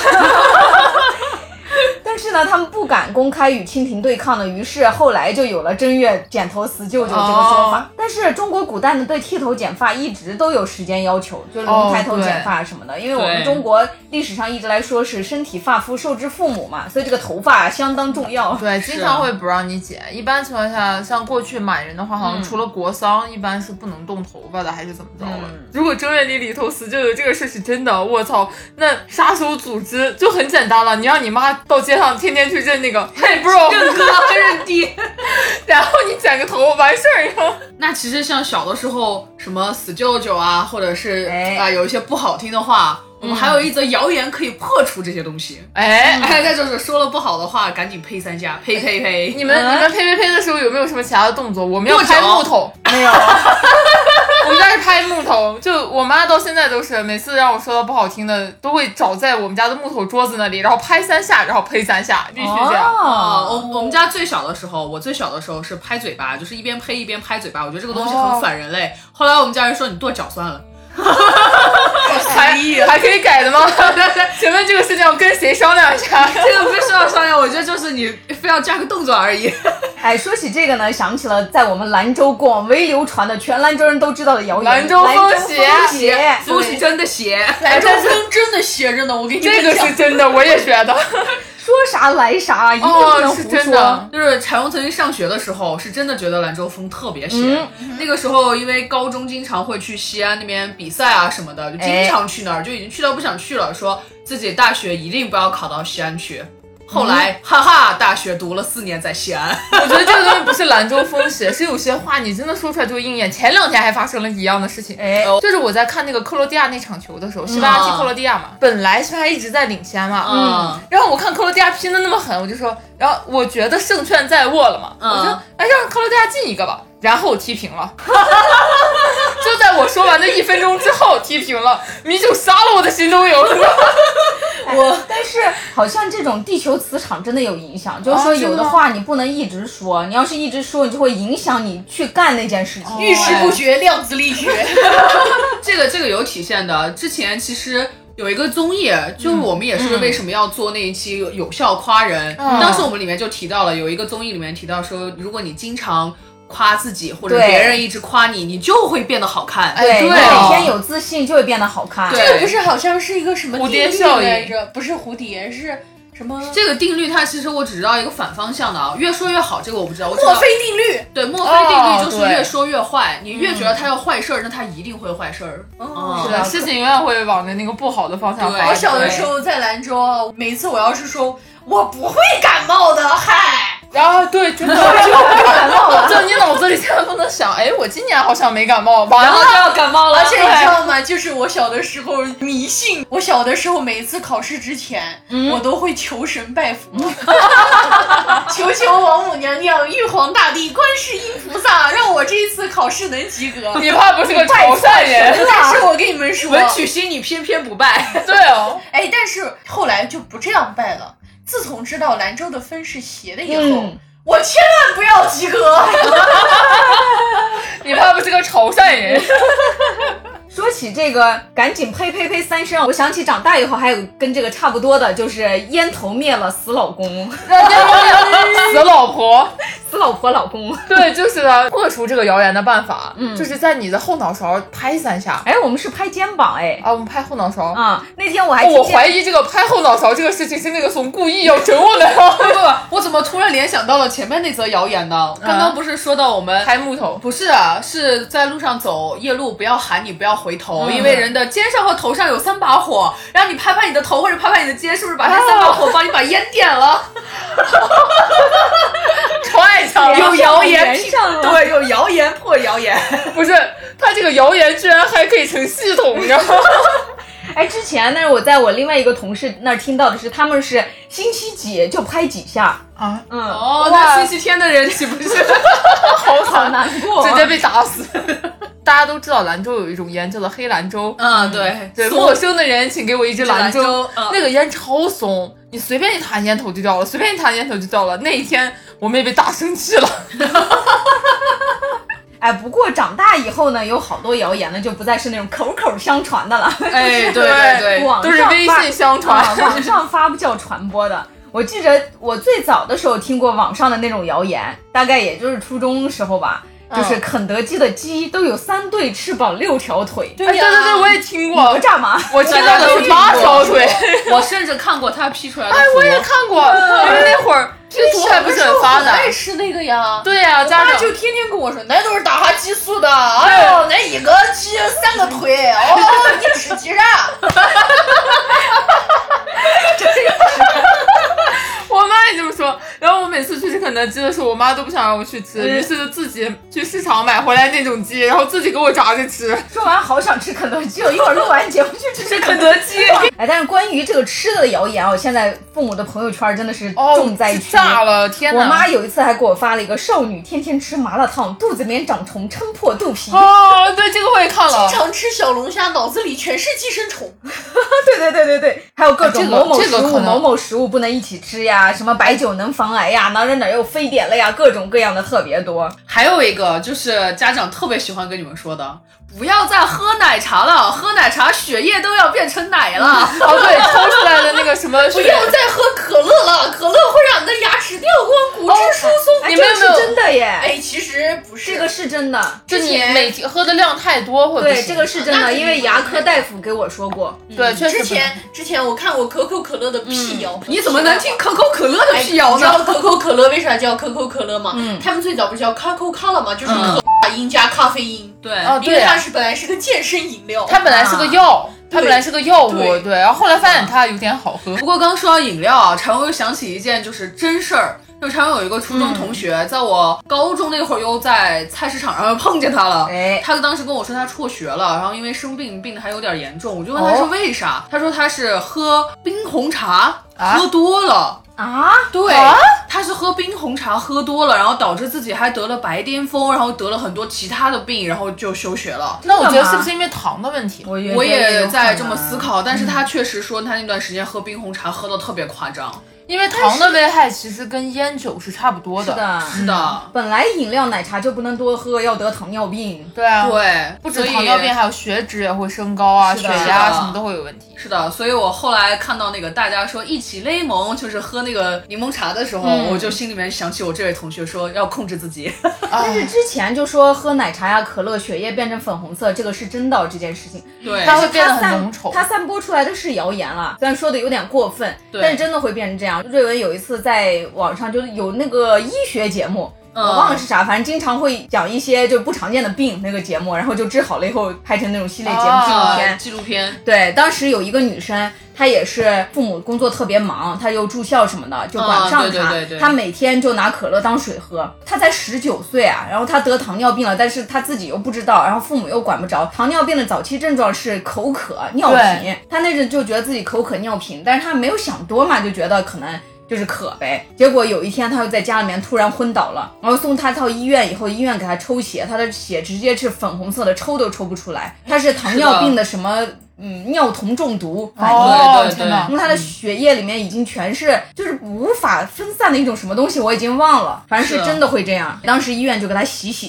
S2: 但是呢，他们不敢公开与清廷对抗呢，于是后来就有了正月剪头死舅舅这个说
S3: 哦
S2: 法。但是中国古代呢，对剃头剪发一直都有时间要求，就是龙抬头剪发啊什么的，因为我们中国历史上一直来说是身体发肤受之父母嘛，所以这个头发相当重要。
S3: 对，经常会不让你剪。一般情况下，像过去满人的话，好像除了国丧，一般是不能动头发的，还是怎么着的？如果正月里里头死舅舅这个事是真的，我操，那杀手组织就很简单了，你让你妈到街上天天去 认那个嘿 bro，
S4: 认哥认弟，
S3: 然后你剪个头完事儿以后，
S4: 那其实像小的时候，什么死舅舅啊，或者是啊、
S2: 哎
S4: 有一些不好听的话，我们还有一则谣言可以破除这些东西。
S3: 哎，
S4: 哎，再就是说了不好的话，赶紧呸三下，呸呸呸！
S3: 你们你们呸呸呸的时候有没有什么其他的动作？我们要拍木头，
S2: 没有，
S3: 我们家是拍木头。就我妈到现在都是，每次让我说到不好听的，都会找在我们家的木头桌子那里，然后拍三下，然后呸三下，必须这样。
S4: 啊，
S2: 哦，
S4: 我我们家最小的时候，我最小的时候是拍嘴巴，就是一边呸一边拍嘴巴，我觉得这个东西很反人类。后来我们家人说你跺脚算了，
S3: 还还可以改的吗？ 请问这个事情要跟谁商量一下？
S4: 这 个不是要商量，我觉得就是你非要加个动作而已。
S2: 哎，说起这个呢，想起了在我们兰州广为流传的全兰州人都知道的谣言——
S3: 兰
S2: 兰
S3: 州风
S2: 风
S3: 邪
S2: 邪
S4: 不是真的邪，
S5: 兰州风真的邪着呢，我跟 你
S3: 这个
S5: 们讲
S3: 是，真的，我也学的。
S2: 说啥来啥，一定不能
S3: 哦，是
S2: 胡
S3: 真
S2: 说。
S3: 的。
S4: 就是柴荣曾经上学的时候，是真的觉得兰州风特别邪。
S2: 嗯
S4: 那个时候，因为高中经常会去西安那边比赛啊什么的，就
S2: 哎
S4: 经常去那儿，就已经去到不想去了，说自己大学一定不要考到西安去。后
S2: 嗯
S4: 来，哈哈，大学读了四年在西安，
S3: 我觉得这个东西不是兰州风邪，是有些话你真的说出来就应验。前两天还发生了一样的事情，
S2: 哎，
S3: 就是我在看那个克罗地亚那场球的时候，西班牙
S5: 嗯
S3: 踢克罗地亚嘛，本来西班牙一直在领先嘛，
S4: 嗯，
S3: 然后我看克罗地亚拼的那么狠，我就说，然后我觉得胜券在握了
S5: 嗯
S3: 嘛，我就哎让克罗地亚进一个吧，然后踢平了。 就在我说完的一分钟之后踢平了，米酒杀了我的心都 有。
S2: 我哎但是好像这种地球磁场真的有影响，就是说
S3: 哦真的
S2: 有的
S3: 吗
S2: 话你不能一直说，你要是一直说，你就会影响你去干那件事
S3: 哦
S2: 情。
S5: 遇事不决，量子力学。
S4: 这个这个有体现的。之前其实有一个综艺，就我们也是为什么要做那一期有效夸人。
S3: 嗯
S4: 当时我们里面就提到了，有一个综艺里面提到说，如果你经常夸自己或者
S2: 对
S4: 别人一直夸你，你就会变得好看。
S3: 哎
S2: 你
S3: 对
S2: 每
S3: 哦
S2: 天有自信就会变得好看。
S4: 对
S5: 这个不是好像是一个什么
S3: 蝴蝶
S5: 定律
S3: 效应
S5: 来着？不是蝴蝶，是什么？
S4: 这个定律，它其实我只知道一个反方向的啊，越说越好，这个我不知道。我知
S5: 墨
S4: 道
S5: 菲定律。
S4: 对墨菲定律就是
S3: 哦对嗯
S4: 越说越坏，你越觉得他要坏事儿，那他一定会坏事儿。
S5: 哦
S4: 嗯
S3: 是的，事情永远会往着那个不好的方向
S4: 对
S3: 发展。
S5: 我小的时候在兰州啊，每一次我要是说我不会感冒的，嗨，
S3: 然后 对，真的
S2: 感冒了，
S3: 就你脑子里千万不能想，哎，我今年好像没感冒，完
S2: 然
S3: 了
S2: 后就要感冒了。
S5: 而且你知道吗？就是我小的时候迷信，我小的时候每一次考试之前，
S4: 嗯
S5: 我都会求神拜 佛，求求王母娘娘、玉皇大帝、观世音菩萨，让我这一次考试能及格。
S3: 你怕不是个潮汕人？
S5: 但是我跟你们说，
S4: 文曲星你偏偏不拜，
S3: 对哦，
S5: 哎，但是后来就不这样拜了。自从知道兰州的分是斜的以后，
S2: 嗯
S5: 我千万不要及格。
S3: 你怕不是个潮汕人？
S2: 说起这个，赶紧呸呸呸三声，我想起长大以后还有跟这个差不多的，就是烟头灭了，死老公， 哎
S3: 死老婆。
S2: 死老婆老公。
S3: 对，就是的，破除这个谣言的办法，嗯，就是在你的后脑勺拍三下。
S2: 哎，我们是拍肩膀，哎，
S3: 啊，我们拍后脑勺。
S2: 啊，那天我还
S3: 哦
S2: 听
S3: 我
S2: 见
S3: 怀疑这个拍后脑勺这个事情是那个怂故意要 整我的，
S4: 不不，我怎么突然联想到了前面那则谣言呢？
S3: 嗯
S4: 刚刚不是说到我们
S3: 拍木头。
S4: 不是啊，是在路上走夜路，不要喊你不要回头，
S3: 嗯
S4: 因为人的肩上和头上有三把火，然后你拍拍你的头或者拍拍你的肩，是不是把这三把火帮你把烟点了？
S3: 踹上
S2: 哎
S3: 了，
S4: 有谣言
S2: 连上了
S4: 对，有谣言破谣言。
S3: 不是他这个谣言居然还可以成系统，你知道吗？
S2: 哎，之前呢，我在我另外一个同事那儿听到的是，他们是星期几就拍几下，
S3: 啊，
S2: 嗯，
S4: 哦，
S3: 哇
S4: 那星期天的人岂不是？
S2: 好啊好 难过，
S3: 直接被打死。大家都知道兰州有一种烟叫做黑兰州，
S4: 嗯，对
S3: 对，
S4: 松
S3: 陌生的人请给我一支兰
S4: 兰州嗯
S3: 那个烟超怂，你随便一弹烟头就掉了，随便一弹烟头就掉了。那一天我妹被打生气了，
S2: 哎，不过长大以后呢，有好多谣言呢，就不再是那种口口相传的了，
S4: 哎，对
S3: 对
S4: 对对，
S2: 网
S3: 都是
S2: 上
S3: 微
S2: 发
S3: 信相
S2: 啊
S3: 传。 哎
S2: 网上发酵传播的。我记着我最早的时候听过网上的那种谣言，大概也就是初中时候吧，
S3: 嗯
S2: 就是肯德基的鸡都有三对翅膀六条腿，
S3: 哎，对对对，我也听过
S2: 哪，吒嘛，
S3: 我听到的是八条腿。哎
S4: 我甚至看过他 P 出来 的图。
S3: 我也看过，因为那会儿 P
S5: 哎
S3: 图还不是很发达
S5: 我。爱吃那个呀。
S3: 对呀，家
S5: 他
S3: 长
S5: 就天天跟我说，那都是打哈激素的。哎呦，那一个鸡三个腿，哦，你吃鸡啥？
S3: 我妈也这么说。然后我每次去吃肯肯德基的时候，我妈都不想让我去
S4: 嗯
S3: 吃，于是就自己去市场买回来那种鸡，然后自己给我炸着吃。
S2: 说完好想吃肯德基，我一会儿录完节目去吃
S4: 这肯德基，
S2: 哎，但是关于这个吃的谣言啊，我现在父母的朋友圈真的是
S3: 哦，
S2: 重灾区。
S3: 炸了！天
S2: 我
S3: 哪！
S2: 妈有一次还给我发了一个少女天天吃麻辣烫，肚子里面长虫，撑破肚皮。
S3: 哦，对，这个我也看
S2: 啊
S3: 了。
S5: 常吃小龙虾，脑子里全是寄生虫。
S2: 对对对对对，还有各种
S3: 哎这个
S2: 某某
S3: 这
S2: 食
S3: 个
S2: 物、
S3: 可能
S2: 某某食物不能一起吃呀，什么白酒能防癌呀，哪儿哪儿哪儿又非典了呀，各种各样的特别多。
S4: 还有一个就是家长特别喜欢跟你们说的，不要再喝奶茶了，喝奶茶血液都要变成奶了。
S3: 哦，对，抽出来的那个什么水，
S5: 不要再喝可乐了，可乐会让你的牙齿掉光，骨质疏松。
S2: 哎，
S3: 你
S2: 这
S3: 们
S2: 个
S3: 有没有
S2: 是真的耶？
S5: 哎，其实不是
S2: 这个是真的，
S3: 就你每天喝的量太多会不
S2: 对，
S3: 行
S2: 这个是真
S5: 那
S2: 的，
S5: 肯定
S2: 因为牙科大夫给我说过，
S3: 对，确实
S5: 之
S3: 不行
S5: 前之前我看过可口可乐的辟谣，
S2: 嗯
S4: 你怎么能听可口可乐的啊
S5: 哎
S4: 辟谣
S5: 你知
S4: 呢？
S5: 道可口可乐为啥叫可口可乐吗？
S4: 嗯
S5: 他们最早不是叫 Coca Cola 吗？就是可卡因加咖啡因。
S4: 对，
S3: 哦，
S5: 因为
S3: 对啊
S5: 它，是本来是个健身饮料，
S3: 它本来是个药，它本来是个药物，
S5: 对
S3: 对，然后后来发现它有点好喝
S4: 不。过刚说到饮料啊，常勇又想起一件就是真事儿，就常勇有一个初中同学，在我高中那会儿又在菜市场上碰见他了。
S2: 哎
S4: 他当时跟我说他辍学了，然后因为生病病的还有点严重，我就问他是为啥，他说他是喝冰红茶、
S3: 啊
S4: 喝多了。
S2: 啊，
S4: 对，他是喝冰红茶喝多了，然后导致自己还得了白癜风，然后得了很多其他的病，然后就休学了。
S3: 那我觉得
S2: 干嘛
S3: 是不是因为糖的问题？
S2: 我也
S4: 我也在这么思。考，但是他
S3: 啊
S4: 确实说他那段时间喝冰红茶喝的特别夸张。
S3: 因为糖的危害其实跟烟酒是差不多
S2: 是的，
S4: 是的，
S2: 本来饮料奶茶就不能多喝，要得糖尿病。
S3: 对啊，，
S4: 对，
S3: 不止
S4: 所以
S3: 糖尿病，。还有血脂也会升高啊，
S2: 是
S3: 血
S2: 的
S3: 压
S4: 是的
S3: 什么都会有问题。
S4: 是的，所以我后来看到那个大家说一起勒蒙，就是喝那个柠檬茶的时候，我就心里面想起我这位同学说要控制自 己。
S3: 但
S2: 是之前就说喝奶茶呀、可乐，血液变成粉红色，这个是真的这件事情，
S4: 对，
S3: 它
S2: 但
S3: 会
S2: 是
S3: 变得
S2: 它
S3: 很
S2: 散
S3: 浓稠
S2: 它散播出来的是谣言了，虽然说的有点过分，但是真的会变成这样。瑞文有一次在网上就是有那个医学节目。
S3: 嗯
S2: 我忘了是啥，反正经常会讲一些就不常见的病那个节目，然后就治好了以后拍成那种系列节目纪录
S3: 啊
S2: 片
S4: 呃，纪录片，
S2: 对，当时有一个女生，她也是父母工作特别忙，她又住校什么的，就管不
S4: 啊
S2: 上
S4: 对
S2: 她。
S4: 对对对
S2: 她每天就拿可乐当水喝。她才十九岁啊，然后她得糖尿病了，但是她自己又不知道，然后父母又管不着。糖尿病的早期症状是口渴、尿频
S3: 对。
S2: 她那阵就觉得自己口渴、尿频，但是她没有想多嘛，就觉得可能。就是渴呗，结果有一天她又在家里面突然昏倒了，然后送她到医院以后，医院给她抽血，她的血直接是粉红色的，抽都抽不出来，她是糖尿病的什么嗯尿酮中毒反应。
S3: 哦，
S4: 对对
S3: 天哪
S2: 因！为他的血液里面已经全是，就是无法分散的一种什么东西，我已经忘了，反正是
S4: 是
S2: 真的会这样。当时医院就给他洗血，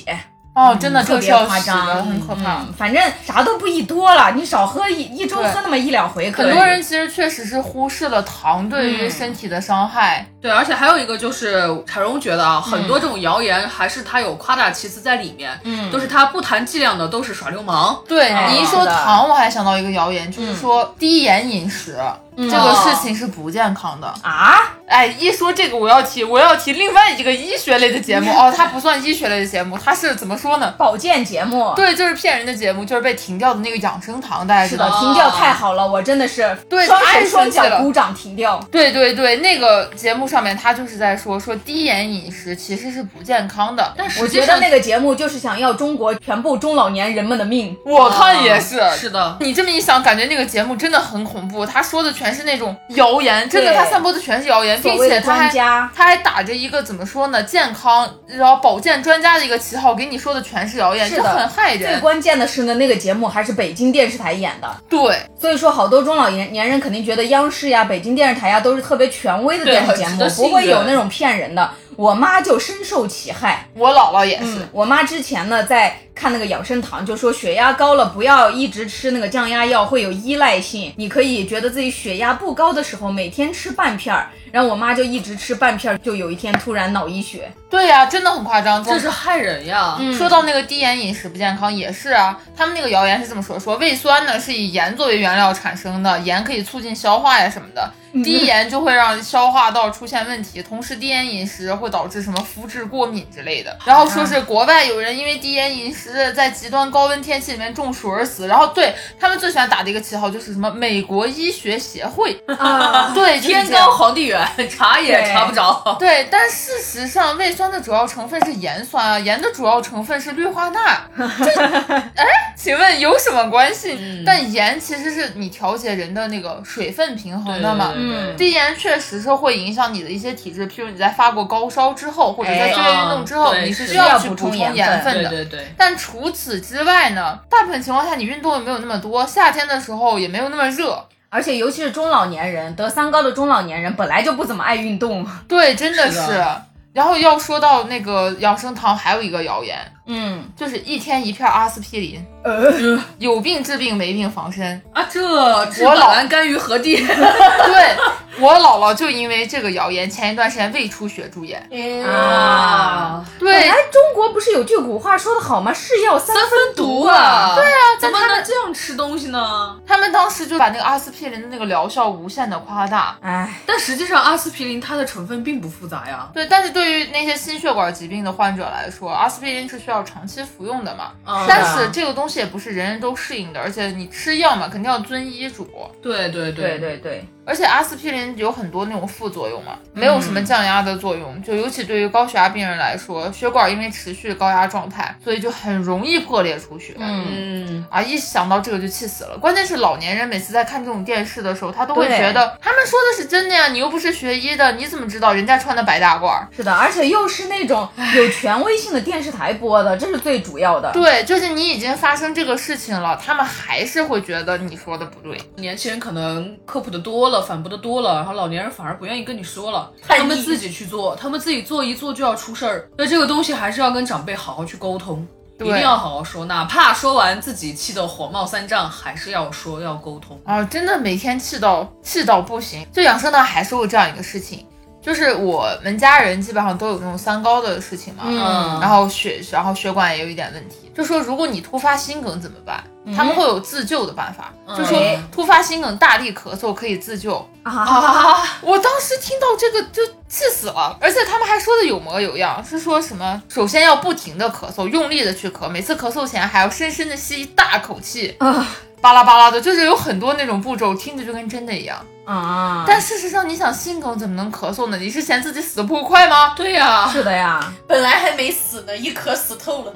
S3: 哦，真的这
S2: 特
S3: 个是
S2: 别
S3: 要
S2: 夸
S3: 死的，
S2: 张，
S3: 很可怕。
S2: 嗯反正啥都不宜多了，你少喝一一周
S3: 对
S2: 喝那么一两回可以。
S3: 很多人其实确实是忽视了糖对
S2: 嗯
S3: 于身体的伤害，
S4: 对，而且还有一个就是彩荣觉得啊，很多这种谣言还是它有夸大其词在里面，嗯，都是它不谈剂量的，都是耍流氓。
S3: 对
S2: 哎
S3: 你
S2: 是
S3: 一啊说
S2: 的嗯
S3: 糖，我还想到一个谣言，就是说低盐饮食、这
S2: 哦
S3: 个事情是不健康的。
S2: 啊，
S3: 哎，一说这个，我要提我要提另外一个医学类的 节目哦，它不算医学类的节目，它是怎么说呢？
S2: 保健节目，
S3: 对，就是骗人的节目，就是被停掉的那个养生堂，大家
S2: 是
S3: 知
S2: 的
S3: 道。，
S2: 停掉太好了，我真的是
S3: 哦对
S2: 双手
S3: 太生
S2: 双
S3: 气
S2: 脚
S3: 了
S2: 鼓掌停掉。
S3: 对对对，那个节目上面他就是在说说低盐饮食其实是不健康的，但
S2: 我
S3: 实际
S2: 觉得
S3: 上
S2: 那个节目就是想要中国全部中老年人们的命。
S3: 我看也是，
S4: 啊是的，
S3: 你这么一想，感觉那个节目真的很恐怖。他说的全是那种谣言，真的，
S2: 对
S3: 他散播的全是谣言，并
S2: 所谓
S3: 且
S2: 的
S3: 他
S2: 专
S3: 还
S2: 家，
S3: 他还打着一个怎么说呢，健康然后保健专家的一个旗号，给你说的全是谣言，
S2: 是
S3: 这
S2: 的
S3: 很害
S2: 最
S3: 人。
S2: 关键的是呢，那个节目还是北京电视台演的，
S3: 对，
S2: 所以说，好多中老年年人肯定觉得央视呀、北京电视台呀都是特别权威的
S4: 对
S2: 电视
S4: 很
S2: 节
S4: 值
S2: 目
S4: 得，
S2: 不
S4: 信
S2: 会有
S4: 任
S2: 那种骗人的。我妈就深受其害。
S3: 我姥姥也是，
S2: 嗯，我妈之前呢在看那个养生堂，就说血压高了不要一直吃那个降压药，会有依赖性。你可以觉得自己血压不高的时候，每天吃半片儿。然后我妈就一直吃半片儿，就有一天突然脑溢血。
S3: 对呀、真的很夸张。
S4: 这是害人呀。嗯，
S3: 说到那个低盐饮食不健康也是啊，他们那个谣言是这么说：说胃酸呢是以盐作为原料产生的，盐可以促进消化呀什么的。低盐就会让消化道出现问题，同时低盐饮食会导致什么肤质过敏之类的。然后说是国外有人因为低盐饮食在极端高温天气里面中暑而死。然后对他们最喜欢打的一个旗号就是什么美国医学协会，
S2: 啊，
S3: 对，就是
S4: 天
S3: 这样
S4: 高皇帝远，来，查也查不着。
S3: 对，但事实上，胃酸的主要成分是盐酸啊，盐的主要成分是氯化钠。这，哎，请问有什么关系？但盐其实是你调节人的那个水分平衡的嘛。
S4: 嗯，
S3: 低盐确实是会影响你的一些体质，譬如你在发过高烧之后，或者在剧烈运动之后，
S4: 哎啊
S3: 你是
S4: 对
S3: 需要去
S2: 需要补
S3: 补
S2: 充
S3: 充
S2: 盐
S3: 盐
S2: 分
S3: 分
S4: 对
S3: 的。
S4: 对对，
S3: 但除此之外呢，大部分情况下你运动也没有那么多，夏天的时候也没有那么热。
S2: 而且尤其是中老年人，得三高的中老年人本来就不怎么爱运动。
S3: 对，真的
S4: 是的
S3: 是。然后要说到那个养生堂，还有一个谣言，
S2: 嗯，
S3: 就是一天一片阿司匹林，
S4: 嗯呃
S3: 有病治病，没病防身。
S4: 啊，这治
S3: 我
S4: 本
S3: 老
S4: 兰甘于何 地？
S3: 对我姥姥就因为这个谣言，前一段时间胃出血住院。
S2: 啊，本
S3: 对
S2: 来中国不是有句古话说的好吗？是药三
S4: 三分毒
S2: 毒
S4: 啊！对啊，
S3: 但
S4: 怎么
S3: 他
S4: 能
S3: 们
S4: 这样吃东西呢？
S3: 他们当时就把那个阿司匹林的那个疗效无限的夸大。
S2: 哎，
S4: 但实际上，阿司匹林它的成分并不复杂呀。
S3: 对，但是对于那些心血管疾病的患者来说，阿司匹林是需要长期服用的嘛。
S4: 啊
S3: 但是这个东西也不是人人都适应的，而且你吃药嘛，肯定要遵医嘱。
S4: 对对
S2: 对对对，
S3: 而且阿司匹林有很多那种副作用嘛，没有什
S2: 嗯
S3: 么降压的作用，就尤其对于高血压病人来说，血管因为持续高压状态，所以就很容易破裂出血。
S2: 嗯，
S4: 嗯，
S3: 啊，一想到这个就气死了。关键是老年人每次在看这种电视的时候，他都会
S2: 对
S3: 觉得他们说的是真的呀，你又不是学医的，你怎么知道人家穿的白大褂儿？
S2: 是的，而且又是那种有权威性的电视台播的，这是最主要的。
S3: 对，就是你已经发生这个事情了，他们还是会觉得你说的不对。
S4: 年轻人可能科普的多了，反驳的多了，然后老年人反而不愿意跟你说了，
S1: 叛逆
S4: 他们自己去做，他们自己做一做就要出事儿。所以这个东西还是要跟长辈好好去沟通，一
S3: 对
S4: 定要好好说，哪怕说完自己气得火冒三丈，还是要说要沟通。
S3: 啊，真的每天气到气到不行。就养生堂还说过这样一个事情，就是我们家人基本上都有那种三高的事情嘛，
S2: 嗯
S3: 然后血然后血管也有一点问题，就说如果你突发心梗怎么办？他们会有自救的办法，就说
S2: 哎
S3: 突发心梗大力咳嗽可以自救。
S2: 啊，
S3: 我当时听到这个就气死了，而且他们还说的有模有样，是说什么首先要不停的咳嗽，用力的去咳，每次咳嗽前还要深深的吸一大口气，
S2: 啊
S3: 巴拉巴拉的，就是有很多那种步骤，听着就跟真的一样。
S2: 啊，
S3: 但事实上，你想心梗怎么能咳嗽呢？你是嫌自己死得不够快吗？
S4: 对呀、
S2: 是的呀，
S1: 本来还没死呢，一咳死透了。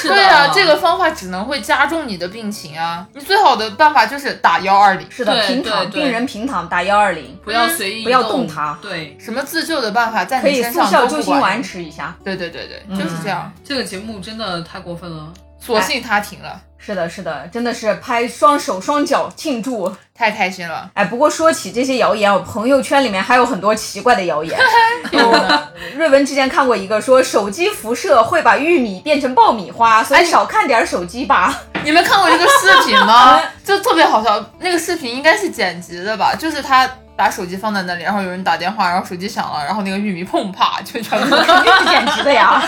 S4: 是的
S3: 对啊，这个方法只能会加重你的病情啊。你最好的办法就是打幺二零。
S2: 是的，
S4: 对
S2: 平
S4: 对
S2: 躺，
S4: 对
S2: 病人平躺打幺二零，
S4: 不要随意、
S2: 不要动它
S4: 对，
S3: 什么自救的办法在
S2: 可
S3: 你
S2: 以
S3: 身
S2: 速
S3: 上
S2: 效
S3: 都
S2: 救
S3: 不
S2: 心
S3: 管
S2: 丸
S3: 用。
S2: 吃一下。
S3: 对对对
S4: 嗯
S3: 对，就是这样。
S4: 这个节目真的太过分了。
S3: 索性他停了，
S2: 是的，是的，真的是拍双手双脚庆祝。
S3: 太开心 了。
S2: 哎，不过说起这些谣言，我朋友圈里面还有很多奇怪的谣言。瑞文之前看过一个说手机辐射会把玉米变成爆米花，所以少看点手机 吧。
S3: 你们看过这个视频吗？ 就特别好笑。那个视频应该是剪辑的吧？就是他把手机放在那里，然后有人打电话，然后手机响了，然后那个玉米砰啪就全部，
S2: 肯定是剪辑的 呀，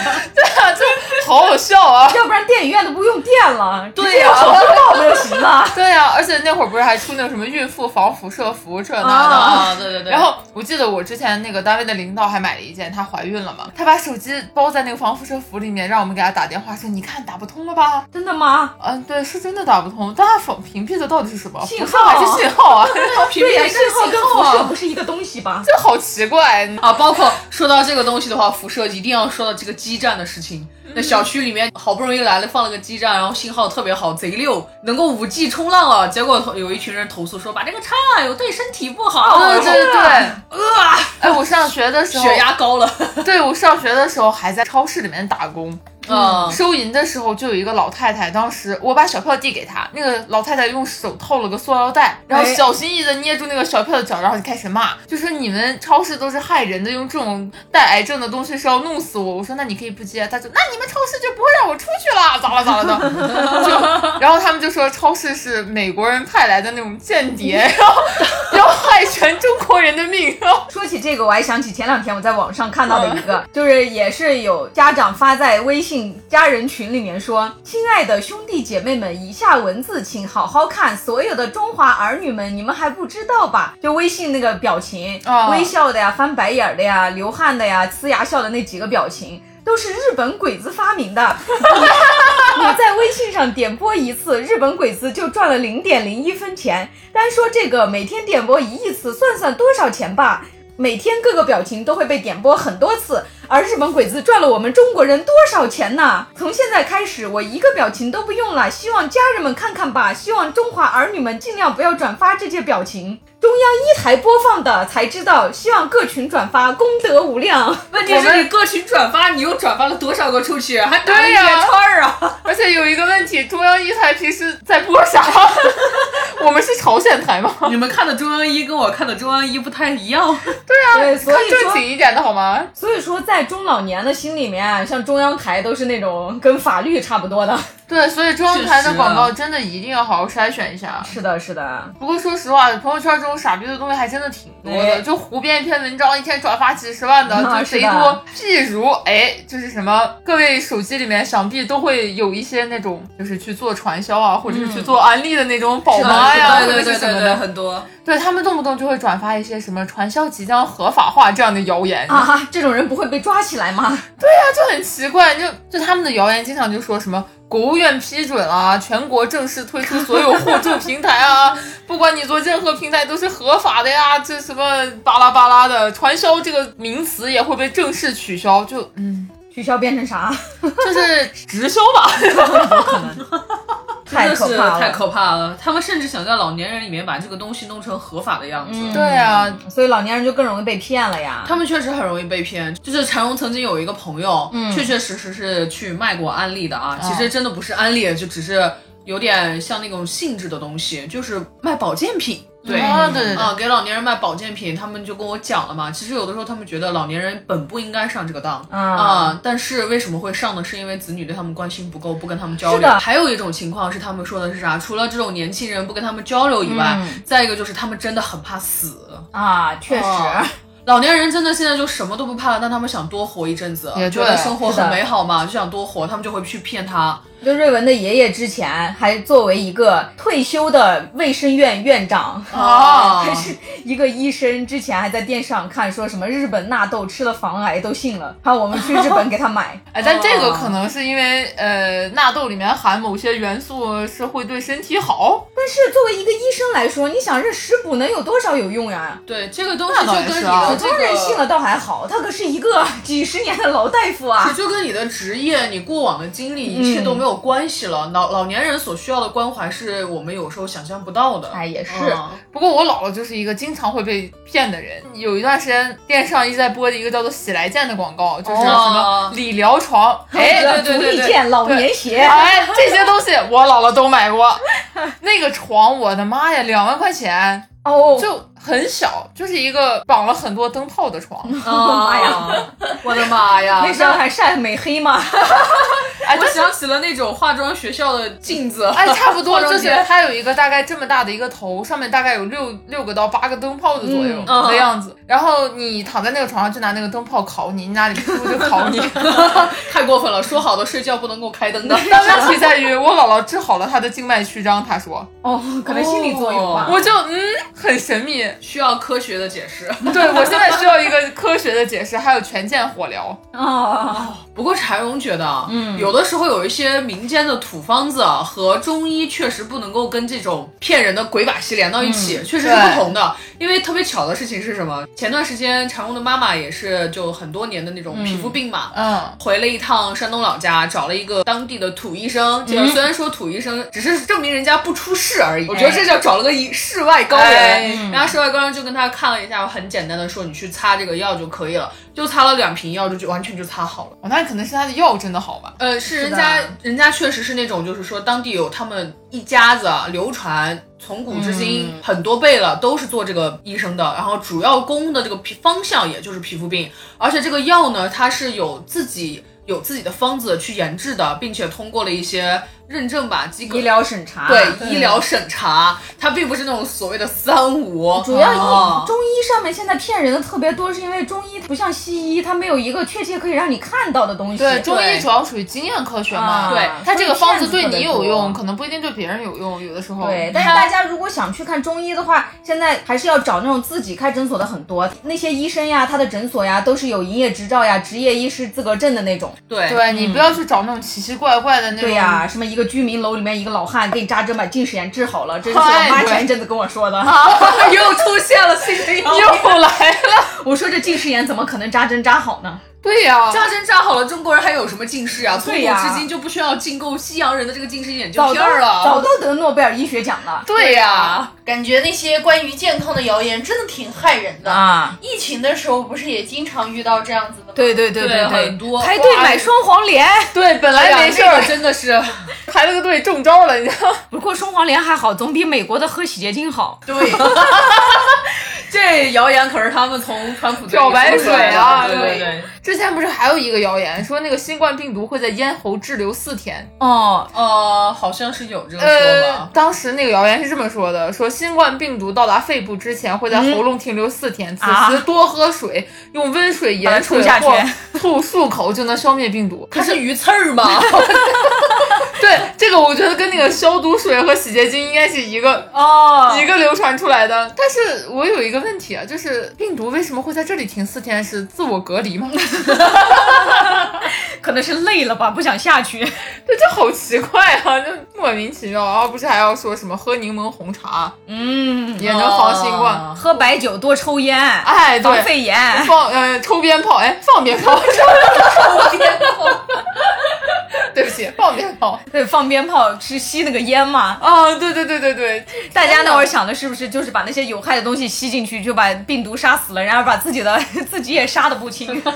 S3: 好好笑啊！
S2: 要不然电影院都不用电了，
S3: 对呀
S2: 呀、手机爆不就行了？
S3: 对呀、而且那会儿不是还出那个什么孕妇防辐射服这那的
S2: 啊
S4: 啊，对对对。
S3: 然后我记得我之前那个单位的领导还买了一件，她怀孕了嘛，她把手机包在那个防辐射服里面，让我们给她打电话说，你看打不通了吧？
S2: 真的吗？
S3: 嗯，对，是真的打不通，但她防屏蔽的到底是什么？
S2: 信
S3: 辐射还
S2: 号
S3: 是信号啊？
S4: 屏
S2: 对呀、
S4: 蔽
S2: 信号跟
S4: 号
S2: 辐射
S4: 啊。
S2: 不是一个东西吧？
S3: 这好奇怪。
S4: 啊，包括说到这个东西的话，辐射一定要说到这个基站的事情。那小区里面好不容易来了放了个基站，然后信号特别好，贼溜，能够五 G 冲浪了。结果有一群人投诉说把这个拆了，有哦对身体不好，
S3: 对对对，
S4: 啊，
S3: 哎，我上学的时候，
S4: 血压高了。
S3: 对我上学的时候还在超市里面打工，
S4: 嗯，
S3: 收银的时候就有一个老太太，当时我把小票递给她，那个老太太用手套了个塑料袋，然后
S2: 哎
S3: 小心翼翼的捏住那个小票的角，然后就开始骂，就说你们超市都是害人的，用这种带癌症的东西是要弄死我。我说那你可以不接，她就那你们超市就不会让我出去了，咋了咋了的，就然后他们就说超市是美国人派来的那种间谍，然后要害全中国人的命，然后
S2: 说起这个，我还想起前两天我在网上看到的一个，就是也是有家长发在微信家人群里面说：“亲爱的兄弟姐妹们，以下文字请好好看，所有的中华儿女们，你们还不知道吧？”就微信那个表情，
S3: 哦
S2: 微笑的呀，翻白眼儿的呀，流汗的呀，呲牙笑的那几个表情。都是日本鬼子发明的，你在微信上点播一次，日本鬼子就赚了零点零一分钱。单说这个每天点播一亿次，算算多少钱吧。每天各个表情都会被点播很多次，而日本鬼子赚了我们中国人多少钱呐？从现在开始，我一个表情都不用了，希望家人们看看吧，希望中华儿女们尽量不要转发这些表情。中央一台播放的才知道，希望各群转发，功德无量。
S4: 问题是你各群转发，你又转发了多少个出去？还打了
S3: 对
S4: 一连
S3: 呀
S4: 串儿啊！
S3: 而且有一个问题，中央一台平时在播啥？ 我们是朝鲜台吗？
S4: 你们看的中央一跟我看的中央一不太一样。啊
S2: 对，所
S3: 看
S2: 以
S3: 正
S2: 说
S3: 经一点的好吗？
S2: 所以说，在中老年的心里面啊，像中央台都是那种跟法律差不多的。
S3: 对，所以中央台
S4: 确
S3: 的
S4: 实
S3: 广告真的一定要好好筛选一下。
S2: 是的，是的，
S4: 哎
S3: 不过说实话，朋友圈这种傻逼的东西还真的挺多的，
S2: 哎
S3: 就胡编一篇文章，一天转发几十万的，
S2: 啊
S3: 就贼
S2: 是的
S3: 多。譬如，哎，就是什么，各位手机里面想必都会有一些那种，就是去做传销啊，或者是去做安利的那种宝妈呀，
S4: 对
S3: 或者
S4: 对
S3: 是
S4: 对
S3: 什么
S4: 对
S3: 的。
S4: 对，很多。
S3: 对他们动不动就会转发一些什么传销即将合法化这样的谣言，
S2: 啊，这种人不会被抓起来吗？
S3: 就很奇怪，就就他们的谣言经常就说什么国务院批准啊，全国正式推出所有互助平台啊， 不管你做任何平台都是合法的呀，这什么巴拉巴拉的，传销这个名词也会被正式取消，就嗯，
S2: 取消变成啥？
S3: 就是直销吧。
S2: 太可
S4: 真的
S2: 怕
S4: 是
S2: 了，
S4: 太可怕了！他们甚至想在老年人里面把这个东西弄成合法的样子。
S3: 对啊，
S2: 所以老年人就更容易被骗了呀。
S4: 他们确实很容易被骗，就是陈荣曾经有一个朋友，
S2: 嗯
S4: 确确实实是去卖过安利的啊。
S2: 哦
S4: 其实真的不是安利，就只是有点像那种性质的东西，就是卖保健品。对，
S2: 哦
S3: 啊对对对
S4: 啊，给老年人卖保健品，他们就跟我讲了嘛。其实有的时候他们觉得老年人本不应该上这个当
S2: 啊
S4: 啊，但是为什么会上呢？是因为子女对他们关心不够，不跟他们交
S2: 是
S4: 流
S2: 的。
S4: 还有一种情况是他们说的是啥？除了这种年轻人不跟他们交流以外，
S2: 嗯
S4: 再一个就是他们真的很怕死。
S2: 啊，确实，
S4: 哦老年人真的现在就什么都不怕了，但他们想多活一阵子，
S3: 也对
S4: 觉得生活
S2: 是的
S4: 很美好嘛，就想多活，他们就会去骗他。
S2: 就瑞文的爷爷之前还作为一个退休的卫生院院长。
S4: 哦
S2: 还是一个医生，之前还在电视上看说什么日本纳豆吃了防癌都信了，还有我们去日本给他买，
S3: 哎，但这个可能是因为呃，纳豆里面含某些元素是会对身体好。
S2: 但是作为一个医生来说，你想这食补能有多少有用呀？
S4: 对，这个东西
S3: 那
S4: 就
S3: 倒也
S4: 跟你
S3: 是啊
S4: 的
S2: 普
S4: 这
S2: 通
S4: 个，
S2: 人信了倒还好，他可是一个几十年的老大夫 啊。
S4: 就跟你的职业、你过往的经历，一切都没有关系了。老老年人所需要的关怀，是我们有时候想象不到的。
S2: 哎，也是，
S4: 嗯
S3: 不过我姥姥就是一个经常会被骗的人。有一段时间，电视上一直在播的一个叫做“喜来健”的广告，就是什么
S4: 哦
S3: 理疗 床，哎，
S4: 对对对
S2: 足
S4: 对
S2: 力健老年鞋，
S3: 哎，这些东西我姥姥都买过。那个床，我的妈呀，两万块钱
S2: 哦，
S3: 就很小，就是一个绑了很多灯泡的 床。
S2: 哦妈呀
S4: 呀， 我的妈呀！
S2: 那时候还晒美黑嘛，
S3: 哎，
S4: 我
S3: 但是
S4: 想起了那种化妆学校的镜子，
S3: 哎，差不多
S4: 化妆
S3: 就是
S4: 间
S3: 它有一个大概这么大的一个头，上面大概有六六个到八个灯泡子左右
S2: 嗯
S4: 嗯
S3: 的样子。然后你躺在那个床上，就拿那个灯泡烤你，你哪里不舒服就烤 你。
S4: 太过分了。说好的睡觉不能够开灯的，
S3: 但问题在于，我姥姥治好了她的静脉曲张，她说，
S2: 哦，可能心理作用吧。
S4: 哦
S3: 我就嗯很神 秘。
S4: 需要科学的解释。
S3: 对我现在需要一个科学的解释，还有权健火疗。
S2: 哦，
S4: 不过柴荣觉得，嗯，有的时候有一些民间的土方子啊和中医确实不能够跟这种骗人的鬼把戏连到一起，确实是不同的。因为特别巧的事情是什么？前段时间柴荣的妈妈也是就很多年的那种皮肤病嘛。
S3: 嗯，
S4: 回了一趟山东老家，找了一个当地的土医生。结果虽然说土医生只是证明人家不出事而已，我觉得这叫找了个一世外高
S3: 哎
S4: 人。然后世外高人就跟他看了一下，很简单的说你去擦这个药就可以了，就擦了两瓶药就就完全就擦好了。
S3: 哦，那可能是他的药真的好吧？
S4: 呃，是人
S2: 的
S4: 家，人家确实是那种，就是说当地有他们一家子啊流传从古至今、很多辈了，都是做这个医生的。然后主要攻的这个皮方向也就是皮肤病，而且这个药呢，它是有自己有自己的方子去研制的，并且通过了一些认证吧，及格
S2: 医。疗啊审查，
S4: 对医疗审查，它并不是那种所谓的三无，
S2: 主要
S4: 哦
S2: 医中医上面现在骗人的特别多，是因为中医它不像西医，它没有一个确切可以让你看到的东西。
S3: 对，中医
S4: 对
S3: 主要属于经验科学嘛。
S2: 啊
S4: 对
S3: 它这个方子对你
S2: 所
S3: 有
S2: 以骗子特别
S3: 用，
S2: 多
S3: 可能不一定对别人有用，有的时候。
S4: 哦
S2: 对，但是大家如果想去看中医的话，现在还是要找那种自己开诊所的很多，那些医生呀，他的诊所呀，都是有营业执照呀、执业医师资格证的那种。
S4: 对
S3: 对你不要去找那种奇奇怪怪的那种。
S2: 嗯对呀、
S4: 嗯
S2: 什么一个居民楼里面一个老汉给你扎针把近视眼治好了，这是我妈
S3: 哎对
S2: 前一阵子跟我说的。
S4: 又出现了新 的谣言。
S3: 又来了，
S2: 我说这近视眼怎么可能扎针扎好呢？
S3: 对呀、
S4: 扎针扎好了，中国人还有什么近视啊？从古
S2: 对呀
S4: 至今就不需要进购西洋人的这个近视眼镜
S2: 早都
S4: 片儿
S2: 早
S4: 了。
S2: 都得诺贝尔医学奖了
S3: 对呀、
S5: 感觉那些关于健康的谣言真的挺害人的。
S2: 啊！
S5: 疫情的时候不是也经常遇到这样子的吗？
S2: 对对对对，
S4: 很多哦
S2: 排队买双黄连，
S3: 对，本
S4: 哎
S3: 来
S4: 呀，
S3: 没事
S4: 那
S3: 儿
S4: 个，真的是，
S3: 排了个队中招了，你知道吗？
S2: 不过双黄连还好，总比美国的喝洗洁精好。
S4: 对，这谣言可是他们从川普嘴里
S3: 漂白
S4: 说出来的
S3: 水啊
S4: 对对
S3: 对
S4: 对，
S3: 之前不是还有一个谣言说那个新冠病毒会在咽喉滞留四天？
S2: 哦，
S4: 呃，好像是有这个说
S3: 呃
S4: 法，。
S3: 当时那个谣言是这么说的：说新冠病毒到达肺部之前会在喉咙停留四天，此
S2: 啊
S3: 时多喝水，用温水、
S2: 把它
S3: 盐
S2: 吐
S3: 水
S2: 下
S3: 或
S2: 去
S3: 吐漱口就能消灭病毒。
S4: 它是鱼刺儿吗？
S3: 对，这个我觉得跟那个消毒水和洗洁精应该是一个。
S2: 哦
S3: 一个流传出来的，但是我有一个问题啊，就是病毒为什么会在这里停四天？是自我隔离 吗？
S2: 可能是累了吧，不想下去。
S3: 对，这好奇怪啊，就莫名其妙。然啊后不是还要说什么喝柠檬红茶
S2: 嗯，
S3: 也能防新冠？
S4: 哦
S2: 喝白酒多抽烟，
S3: 哎，
S2: 防
S3: 对，
S2: 肺炎。
S3: 放呃抽鞭炮，哎，放鞭炮，
S5: 抽鞭炮，
S3: 对不起，放鞭炮。
S2: 对，放鞭炮是吸那个烟嘛？
S3: 啊，对对对对对，
S2: 大家那会儿想的是不是就是把那些有害的东西吸进去，就把病毒杀死了，然后把自己的 自己也杀的不 轻，上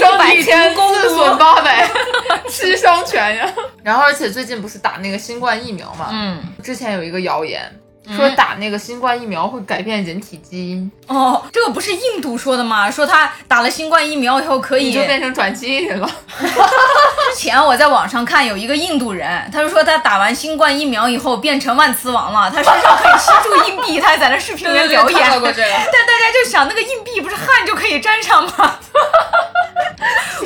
S3: 伤
S2: 百
S3: 一千
S2: 公
S3: 自损
S2: 毒。
S3: 八百， 七伤全呀。然后，而且最近不是打那个新冠疫苗嘛？
S2: 嗯，
S3: 之前有一个谣言说打那个新冠疫苗会改变人体基因，
S2: 哦，这个不是印度说的吗？说他打了新冠疫苗以后可以
S3: 你就变成转基因人了。
S2: 之前我在网上看有一个印度人，他就说他打完新冠疫苗以后变成万磁王了，他身上可以吸住硬币，他还在那视频里面表演。
S4: 对对对看到过 这个
S2: 但大家就想，那个硬币不是汗就可以沾上吗？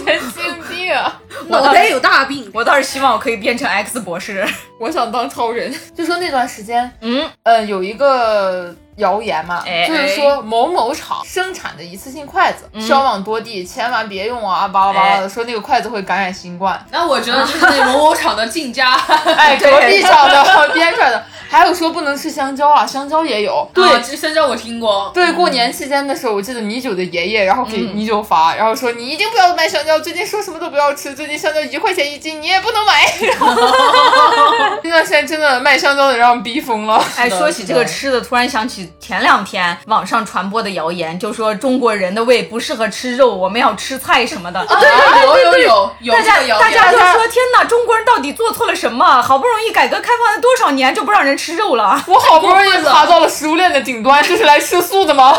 S3: 神经病啊！
S1: 脑袋有大病。
S2: 我倒是希望我可以变成 X 博士。
S3: 我想当超人。就说那段时间，
S2: 嗯，
S3: 呃，有一个谣言嘛，
S2: 哎嗯
S3: 就是说某某厂生产的一次性筷子、销往多地，千万别用啊，巴拉巴
S2: 哎
S3: 拉的，说那个筷子会感染 新冠。
S4: 那我觉得就是那某某厂的进家，
S3: 哎，隔壁厂的编出来的，还有说不能吃香蕉啊，香蕉也有。
S4: 啊这香蕉我听过，
S3: 对，过年期间的时候，我记得米酒的爷爷，然后
S2: 嗯
S3: 给米酒发，然后说你一定不要买香蕉，最近说什么都不要吃，最近香蕉一块钱一斤，你也不能买。 那段时间真的卖香蕉的让人逼疯了。
S2: 哎，说起这个吃的，突然想起前两天网上传播的谣言，就说中国人的胃不适合吃肉，我们要吃菜什么的。
S4: 有啊有有有
S2: 哦大
S4: 这
S2: 家
S4: 个谣
S2: 大
S4: 言
S2: 家就说天哪，中国人到底做错了什么？好不容易改革开放了多少年，就不让人吃肉了？
S3: 我好不容易爬到了食物链的顶端，这是来吃素的吗？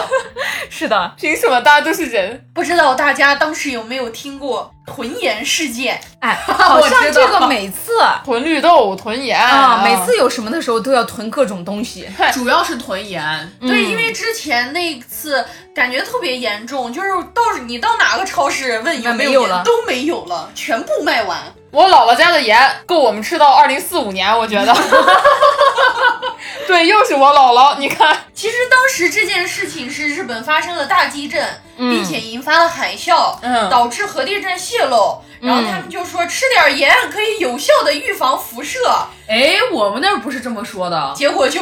S2: 是的，
S3: 凭什么大家都是人？
S5: 不知道大家当时有没有听过囤盐事件？
S2: 哎，好像这个每次
S3: 囤绿豆、囤盐
S2: 啊，每次有什么的时候都要囤各种东西。
S4: 主要是囤盐，
S5: 对，因为之前那次感觉特别严重，就是到你到哪个超市问有
S2: 没
S5: 有
S2: 有
S5: 盐
S2: 了
S5: 都没有了，全部卖完。
S3: 我姥姥家的盐够我们吃到二零四五年，我觉 得。对，又是我姥姥，你看，
S5: 其实当时这件事情是日本发生了大地震，并且引发了海啸，
S3: 嗯
S5: 导致核电站泄漏。然后他们就说吃点盐可以有效的预防辐射，
S4: 哎，我们那儿不是这么说的。
S5: 结果就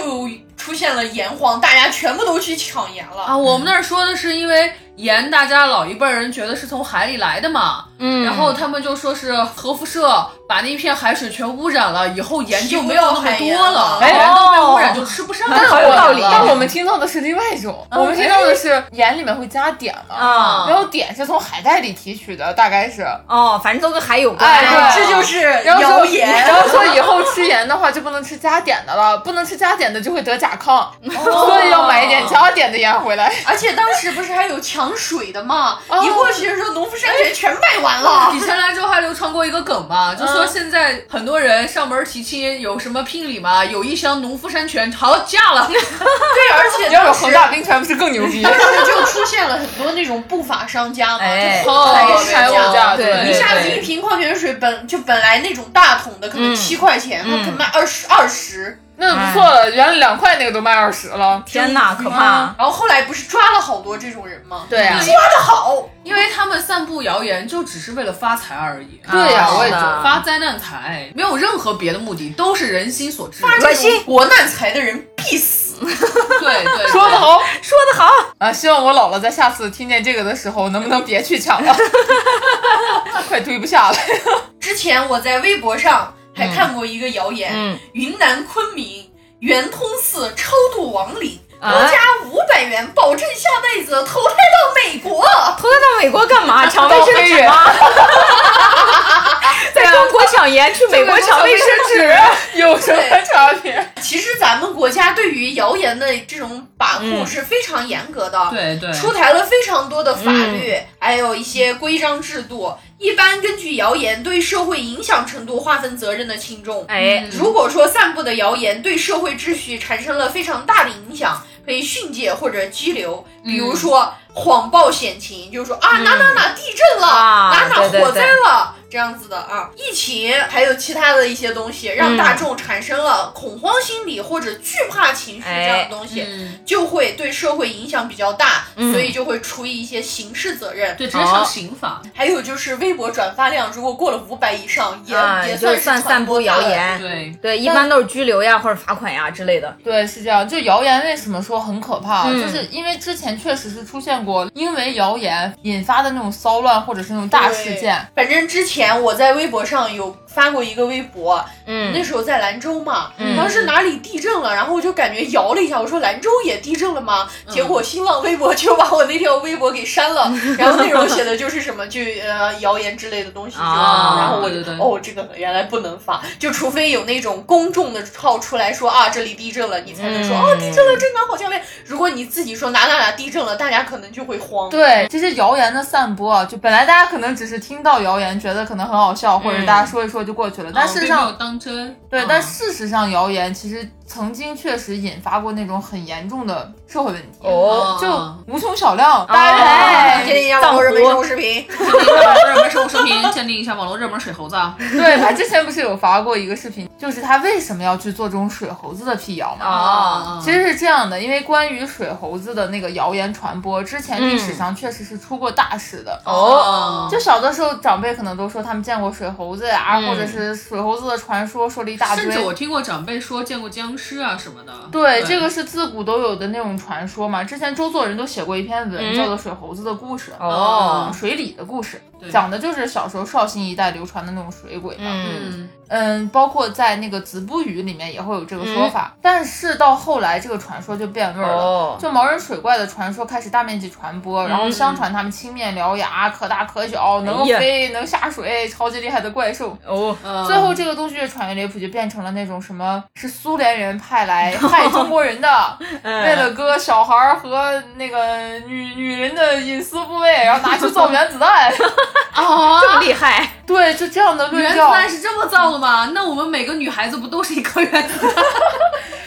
S5: 出现了盐荒，大家全部都去抢盐了。
S4: 啊，我们那儿说的是因为盐，大家老一辈人觉得是从海里来的嘛，
S2: 嗯
S4: 然后他们就说是核辐射把那一片海水全污染了，以后盐就没有那么多了，
S3: 哎
S4: 盐都被污染就吃不上了，
S2: 好有道理嗯
S3: 但我们听到的是另外一种，我们听到的是盐里面会加碘嘛，
S2: 啊
S3: 然后碘是从海带里提取的，大概是。
S2: 哦，反正都跟海有关。
S3: 哎，
S5: 这
S3: 对
S5: 就是
S3: 然后说
S5: 谣言
S3: 然。后说以后吃盐的话就不能吃加碘的了，不能吃加碘的就会得甲亢，
S2: 哦
S3: 所以要买一点加碘的盐回来。
S2: 啊
S5: 而且当时不是还有抢水的嘛？
S3: 哦
S5: 一过去的时候，农夫山泉全卖完了。
S4: 以前兰州还流传过一个梗嘛，就
S2: 嗯
S4: 说现在很多人上门提亲有什么聘礼嘛，有一箱农夫山泉，好嫁了。
S5: 对，而且
S3: 你要有
S5: 当
S3: 恒
S5: 时
S3: 大冰泉不是更牛逼？
S5: 当时就出现了很多那种不法商家嘛，
S2: 哎
S3: 哦
S5: 就哄抬
S4: 抬
S5: 物
S4: 物
S5: 价。
S4: 价
S2: 对
S4: 对
S5: 一下子
S4: 对
S5: 一瓶矿泉水本就本来那种大桶的可能七块钱，他可能卖二十二十，
S3: 那不错
S2: 哎
S3: 了，原来两块那个都卖二十了。
S2: 天哪，可
S4: 嗯
S2: 怕！
S5: 然后后来不是抓了好多这种人吗？
S2: 对
S3: 嗯
S2: 啊，
S5: 抓的好，
S4: 因为他们散布谣言就只是为了发财而已，
S3: 对呀、
S2: 啊
S3: 我也觉
S2: 是
S3: 得
S2: 的
S4: 发灾难财，没有任何别的目的，都是人心所至。
S2: 恶心，
S5: 国难财的人必死。
S4: 对对，
S3: 说的好
S2: 说的好。
S3: 啊！希望我姥姥在下次听见这个的时候，能不能别去抢了？ 快堆不下来。
S5: 之前我在微博上还看过一个谣言，
S2: 嗯
S5: 云南昆明圆通寺超度亡灵，国
S2: 啊
S5: 家五百元保证下辈子投胎到美国。
S2: 投胎到美国干 嘛？抢卫
S3: 当
S2: 生
S3: 黑
S2: 纸
S3: 人
S2: 吗？在中国抢盐，去美国抢卫生纸。
S3: 纸 有什么差别？
S5: 其实咱们国家对于谣言的这种把控
S2: 嗯
S5: 是非常严格的，
S4: 对对，
S5: 出台了非常多的法律，还有一些规章制度。一般根据谣言对社会影响程度划分责任的轻重。
S2: 哎，
S5: 如果说散布的谣言对社会秩序产生了非常大的影响，可以训诫或者拘留。比如
S2: 嗯
S5: 说谎报险情，就是说啊哪哪哪地震了，
S2: 啊
S5: 哪哪
S2: 对对
S5: 火灾了。这样子的啊，疫情还有其他的一些东西，让大众产生了恐慌心理或者惧怕情绪
S2: 哎
S5: 这样的东西，
S4: 嗯，
S5: 就会对社会影响比较大，
S2: 嗯
S5: 所以就会处以一些刑事责任。
S4: 对，直接上刑法。
S5: 还有就是微博转发量如果过了五百以上，也、
S4: 嗯
S2: 啊，
S5: 也
S2: 就是
S5: 是
S2: 算
S5: 传
S2: 散
S5: 播
S2: 布
S5: 大
S2: 谣
S5: 了。
S2: 言。
S4: 对，
S2: 对，一般都是拘留呀或者罚款呀之类的。
S3: 对，是这样。就谣言为什么说很可怕，
S2: 嗯
S3: 就是因为之前确实是出现过因为谣言引发的那种骚乱或者是那种大事件。
S5: 反正之前我在微博上有发过一个微博，那
S2: 嗯，
S5: 时候在兰州嘛，
S2: 嗯
S5: 好像是哪里地震了，然后我就感觉摇了一下，我说兰州也地震了吗？结果新浪微博就把我那条微博给删了，然后内容写的就是什么就呃谣言之类的东西，就
S2: 啊
S5: 然后我
S4: 对对对
S5: 哦这个原来不能发，就除非有那种公众的号出来说啊这里地震了，你才能说、
S2: 嗯
S5: 哦地震了，震感好强烈。如果你自己说哪哪哪地震了，大家可能就会慌。
S3: 对，这是谣言的散播啊，就本来大家可能只是听到谣言，觉得可能很好笑，或者大家
S2: 嗯
S3: 说一说就过去
S2: 哦
S3: 了。但事实
S4: 并没
S3: 上
S4: 有，当真，
S3: 对，
S4: 嗯
S3: 但事实上，谣言其实曾经确实引发过那种很严重的社会问题，
S2: 哦
S3: 就无穷小量，大家
S2: 哎
S5: 建议让
S2: 藏
S5: 网络热门
S2: 狐
S5: 生活视频。
S4: 建立一下网络热门生活视频，建立一下网络热门水猴子啊，
S3: 对他之前不是有发过一个视频，就是他为什么要去做这种水猴子的辟谣嘛？
S2: 哦，
S3: 其实是这样的，因为关于水猴子的那个谣言传播，之前历史上确实是出过大事的。
S2: 嗯哦
S3: 就小的时候，长辈可能都说他们见过水猴子呀、
S2: 嗯
S3: 或者是水猴子的传说，说了一大堆
S4: 甚。至我听过长辈说见过僵尸啊什么的。
S3: 对，这个是自古都有的那种传说嘛。之前周作人都写过一篇文，
S2: 嗯
S3: 叫做《水猴子的故事》。
S2: 哦
S3: 嗯，水里的故事，
S4: 对
S3: 讲的就是小时候绍兴一带流传的那种水鬼嘛。
S2: 嗯，
S4: 嗯，
S3: 嗯，包括在那个子不语里面也会有这个说法，但是到后来这个传说就变味儿了。
S2: 哦
S3: 就毛人水怪的传说开始大面积传播，然
S4: 嗯
S3: 后相传他们青面獠牙，可大可小，能
S2: 哎呀
S3: 飞、能下水，超级厉害的怪兽。
S2: 哦，
S4: 呃
S3: 最后这个东西越传越离谱，就变成了那种什么是苏联人派来害中国人 的，为了割小孩儿和那个女女人的隐私部位，然后拿去造原子 弹。
S4: 啊，
S2: 这么厉害，
S3: 对，就这样的论
S4: 原子
S3: 调，
S4: 弹是这么造的吗？那我们每个女孩子不都是一颗原子弹？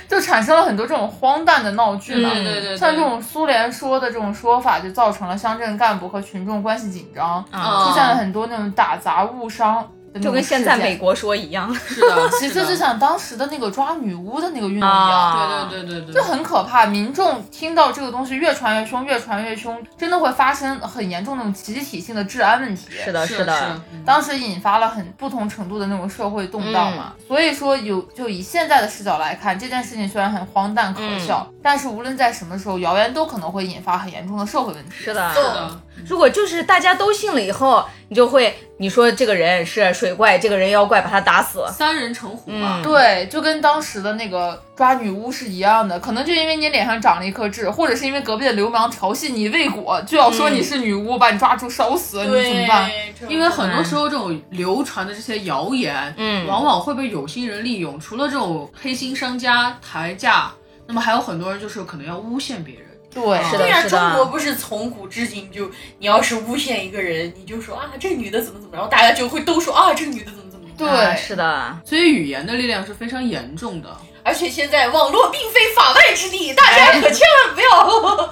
S3: 就产生了很多这种荒诞的闹剧嘛。
S2: 嗯
S4: 对对，
S3: 像这种苏联说的这种说法，就造成了乡镇干部和群众关系紧张，
S2: 啊
S3: 出现了很多那种打砸误伤的那
S2: 嗯
S3: 种
S2: 就跟现在
S3: 事件
S2: 美。国说一样。
S4: 是的，
S3: 其实这就像当时的那个抓女巫的那个运动一样，
S2: 啊，
S4: 对对对对
S3: 就
S4: 对，
S3: 很可怕。民众听到这个东西越传越凶，越传越凶，真的会发生很严重的那种集体性的治安问题。
S2: 是的，
S4: 是
S2: 的，，
S3: 当时引发了很不同程度的那种社会动荡嘛。
S2: 嗯
S3: 所以说有就以现在的视角来看，这件事情虽然很荒诞可笑，
S2: 嗯
S3: 但是无论在什么时候，谣言都可能会引发很严重的社会问题。
S2: 是的，
S3: 嗯
S4: 是的，
S2: 如果就是大家都信了以后，你就会你说这个人是水怪，这个人妖怪，把他打死。
S4: 三人成虎嘛
S2: 嗯，
S3: 对，就跟当时的那个抓女巫是一样的，可能就因为你脸上长了一颗痣，或者是因为隔壁的流氓调戏你未果，就要说你是女巫，把你抓住烧死，呃你怎么办？
S5: 因
S4: 因为很多时候这种流传的这些谣言，
S2: 嗯
S4: 往往会被有心人利用。除了这种黑心商家抬价，那么还有很多人就是可能要诬陷别人。
S3: 对，
S2: 是的
S5: 对呀、
S2: 是的
S5: 中国不是从古至今就，你要是诬陷一个人，你就说啊，这女的怎么怎么，然后大家就会都说啊，这女的怎么怎么。
S3: 对，
S2: 啊是的，
S4: 所以语言的力量是非常严重的。
S1: 而且现在网络并非法外之地，大家可千万不 要乱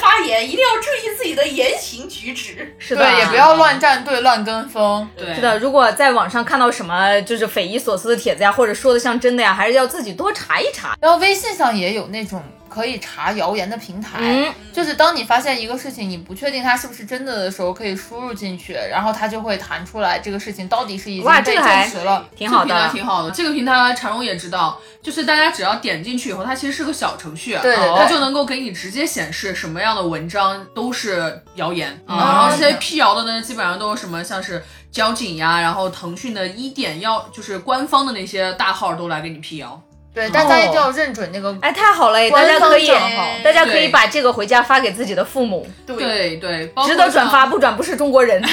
S1: 发言，一定要注意自己的言行举止。
S2: 是的，
S3: 对，也不要乱站队、乱跟风。
S4: 对，
S2: 是的，如果在网上看到什么就是匪夷所思的帖子呀，或者说的像真的呀，还是要自己多查一查。
S3: 然后微信上也有那种可以查谣言的平台，
S2: 嗯
S3: 就是当你发现一个事情你不确定它是不是真的的时候，可以输入进去，然后它就会弹出来这个事情到底是已经
S2: 哇
S3: 被
S2: 这个
S3: 证
S2: 还
S3: 实了。
S2: 挺好
S4: 这个平
S2: 的
S4: 台，挺好的。这个平台常荣也知道，就是大家只要点进去以后，它其实是个小程序，
S3: 对对对
S4: 它就能够给你直接显示什么样的文章都是谣言。
S2: 嗯
S4: 啊然后这些辟谣的呢，基本上都是什么像是交警呀，然后腾讯的一点幺，就是官方的那些大号都来给你辟谣。
S3: 对，大家一定要认准那个
S2: 哎，太好了，大
S3: 官
S2: 家
S3: 方
S2: 可以，
S3: 账号。
S2: 大家可以
S4: 对
S2: 把这个回家发给自己的父母，
S4: 对对，包括
S2: 值得转发，
S4: 像。
S2: 不转不是中国人。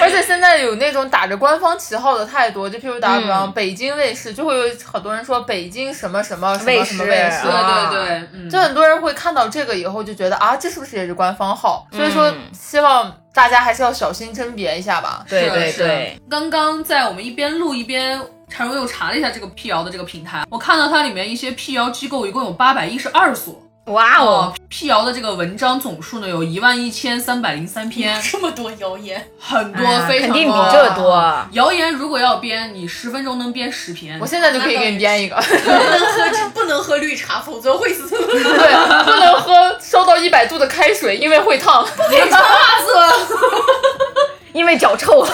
S3: 而且现在有那种打着官方旗号的太多，就譬如打个比
S2: 嗯
S3: 方，北京卫视就会有很多人说北京什么什么什么什么
S2: 卫视
S3: 卫视，
S4: 对
S2: 啊
S4: 对对，嗯，
S3: 就很多人会看到这个以后就觉得啊，这是不是也是官方号？所以说
S2: 嗯，
S3: 希望大家还是要小心甄别一下吧。
S2: 对
S4: 是
S2: 对
S4: 是
S2: 对，
S4: 刚刚在我们一边录一边，陈荣又查了一下这个辟谣的这个平台，我看到它里面一些辟谣机构一共有八百一十二所。
S2: 哇哦，
S4: 辟谣的这个文章总数呢有一万一千三百零三 篇，
S5: 这么多谣言，
S4: 很多，
S2: 哎呀
S4: 非常
S2: 肯定比
S4: 多
S2: 这多。
S4: 谣言如果要编，你十分钟能编十篇
S3: 我。现在就可以给你编一个，
S5: 不能喝 不能喝绿茶，否则会死。
S3: 对，不能喝烧到一百度的开水，因为会烫。
S2: 因为脚臭。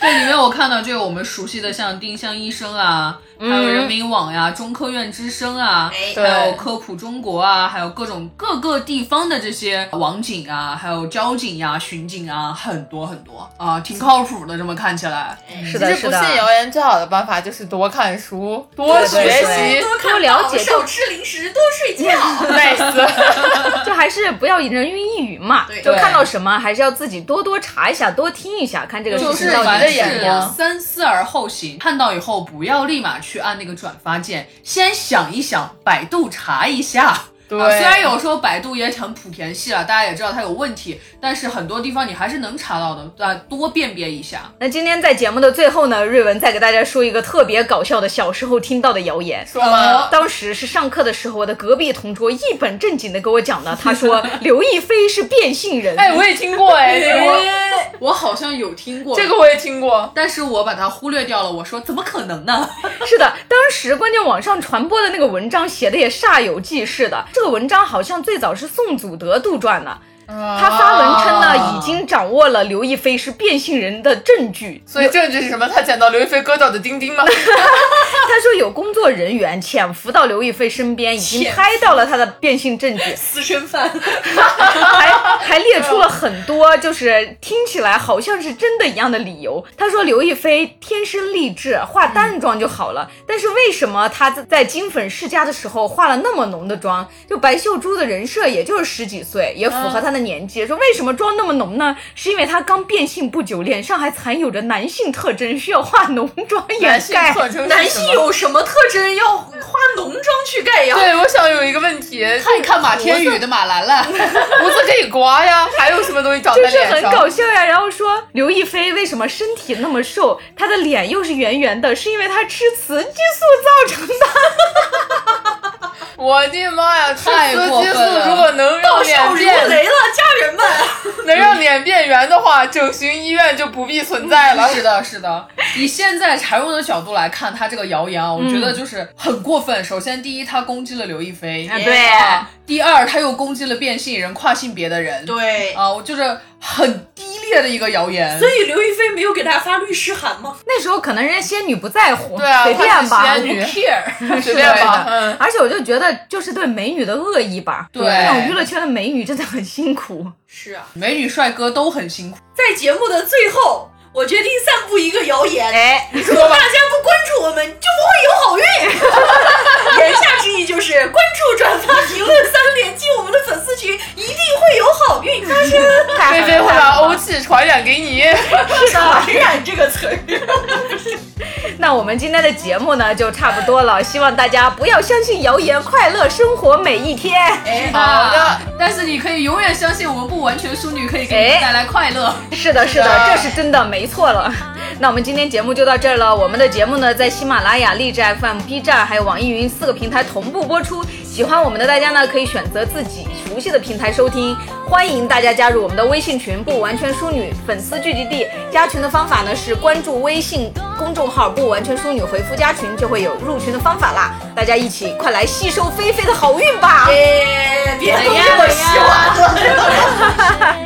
S4: 对，里面我看到就有我们熟悉的像丁香医生啊，还有人民网呀、中科院之声啊，
S5: 哎
S3: 对
S4: 还有科普中国啊，还有各种各个地方的这些网警啊，还有交警呀、巡警啊，很多很多啊，挺靠谱的。这么看起来，
S2: 是
S3: 其
S2: 的，
S3: 实
S2: 是
S3: 不
S2: 的。
S3: 信谣言最好的办法就是多看书，多
S2: 对对
S3: 学
S2: 对
S3: 习。
S2: 多了解
S5: 少吃零食，多 睡觉。
S3: nice，
S2: 就还是不要人云亦云嘛，
S5: 对
S2: 就看到什么还是要自己多多查一下，多听一下，看这个事
S4: 就是
S2: 情到
S3: 你
S4: 凡
S2: 底
S3: 的
S4: 事
S2: 是
S3: 眼光
S4: 三思而后行，看到以后不要立马去按那个转发键，先想一想，百度查一下。
S3: 对
S4: 啊虽然有时候百度也很莆田系啊了，大家也知道它有问题，但是很多地方你还是能查到的，啊，多辨别一下。
S2: 那今天在节目的最后呢，瑞文再给大家说一个特别搞笑的小时候听到的谣言。
S3: 说吧，
S2: 当时是上课的时候，我的隔壁同桌一本正经的给我讲的，他说刘亦菲是变性人。
S3: 哎，我也听过哎，这个
S4: 我好像有听过
S3: 这个，我也听过。
S4: 但是我把它忽略掉了。我说怎么可能呢？
S2: 是的，当时关键网上传播的那个文章写的也煞有介事的。这个文章好像最早是宋祖德杜撰的，他
S3: 他
S2: 发文称
S3: 啊
S2: 呢已，经掌握了刘亦菲是变性人的证据。
S3: 所以证据是什么？他捡到刘亦菲割掉的丁丁 吗？
S2: 他说有工作人员潜伏到刘亦菲身边，已经拍到了她的变性证 据，
S5: 私生饭，
S2: 还还列出了很多就是听起来好像是真的一样的理由。他说刘亦菲天生丽质，化淡妆就好了，但是为什么她在在金粉世家的时候化了那么浓的妆？就白秀珠的人设也就是十几岁，也符合她的年纪。说为什么妆那么浓呢？是因为她刚变性不久，脸上还残有着男性特征，需要化浓妆掩
S3: 男性
S2: 盖。
S3: 特征是
S5: 男
S3: 什
S5: 性
S3: 么
S5: 有什么特征要化浓妆去盖呀？
S3: 对，我想有一个问题，
S4: 看一看马天宇的马兰 兰，
S3: 胡子可以刮呀，还有什么东西长
S2: 就
S3: 在
S2: 是
S3: 脸
S2: 很
S3: 上？
S2: 搞笑呀。然后说刘亦菲为什么身体那么瘦，她的脸又是圆圆的，是因为她吃雌激素造成的。
S3: 我的妈呀！吃
S4: 太
S3: 雌
S4: 过
S3: 激
S4: 分
S3: 素
S4: 了
S3: 如果能让
S5: 笑
S3: 脸变
S5: 如雷了，家人们，
S3: 能让脸变圆的话，整形医院 就不必存在了。
S4: 是的，是的。以现在柴荣的角度来看，他这个谣言啊，我觉
S2: 嗯
S4: 得就是很过分。首先，第一，他攻击了刘亦菲，
S2: 对
S4: 啊第二，他又攻击了变性人、跨性别的人。
S5: 对。
S4: 啊，我就是很低劣的一个谣言。
S5: 所以刘亦菲没有给大家发律师函吗？
S2: 那时候可能人家仙女不在乎，
S3: 对啊
S2: 随便吧
S3: 她是仙。女
S4: care，
S3: 随便吧，
S4: 对
S3: 嗯，
S2: 而且我就觉得，就是对美女的恶意吧。
S4: 对
S2: 那种娱乐圈的美女真的很辛苦。
S5: 是啊，
S4: 美女帅哥都很辛苦。
S5: 在节目的最后，我决定散布一个谣言：
S2: 哎，
S5: 如果大家不关注我们，就不会有好运。 言下之意就是关注、转发、评论三连进我们的粉丝群，一定会有好运发生。
S2: 太
S3: 菲
S2: 狠
S3: 菲会
S2: 太
S3: 把
S2: 狠
S3: 欧
S2: 了
S3: 气传染给你。
S5: 传染这个词儿，
S2: 那我们今天的节目呢就差不多了，希望大家不要相信谣言，快乐生活每一天。
S4: 哎，好的。 但是你可以永远相信我们不完全淑女可以给
S2: 哎
S4: 你带来快乐。
S2: 是的，是的，这是真的，没错了。 那我们今天节目就到这儿了。我们的节目呢，在喜马拉雅、荔枝 FM、B 站还有网易云四个平台同步播出。喜欢我们的大家呢，可以选择自己熟悉的平台收听。欢迎大家加入我们的微信群“不完全淑女粉丝聚集地”。加群的方法呢是关注微信公众号“不完全淑女”，回复“加群”就会有入群的方法啦。大家一起快来吸收菲菲的好运吧！
S5: 别
S2: 哎呀哎呀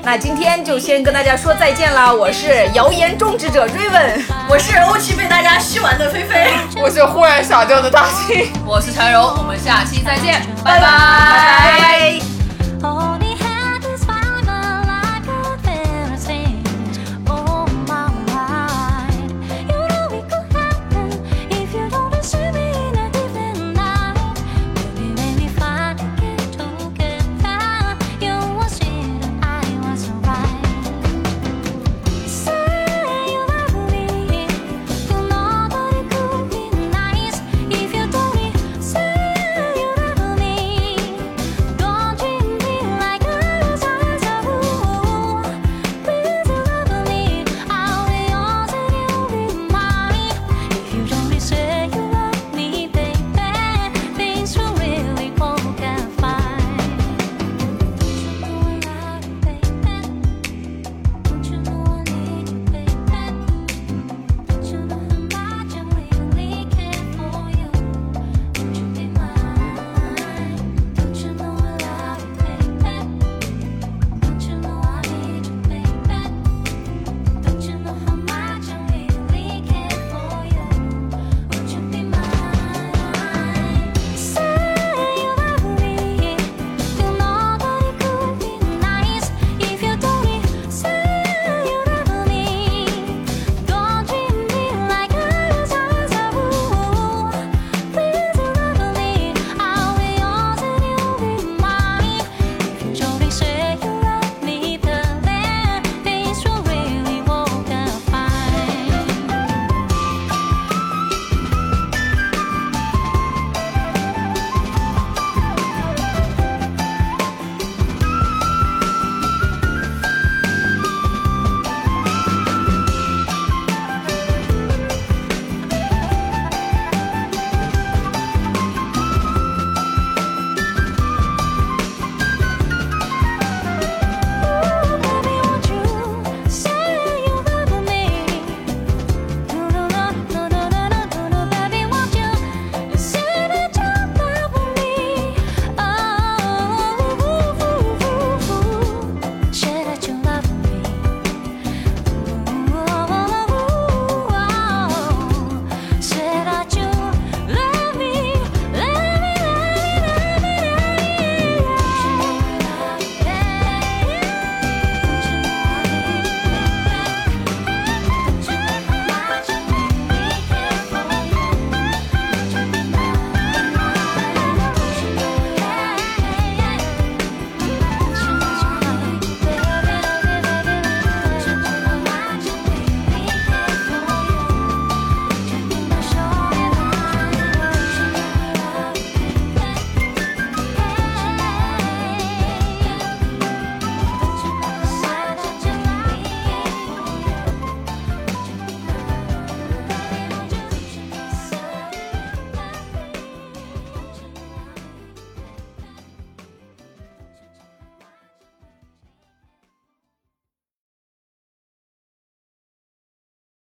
S2: 那今天就先跟大家说再见啦！我是谣言终止者追问，
S5: 我是欧气被大家吸完的菲菲。
S3: 我是忽然傻掉的大庆。
S4: 我是陈柔，我们下期再见，拜
S2: 拜
S4: 拜
S2: 拜。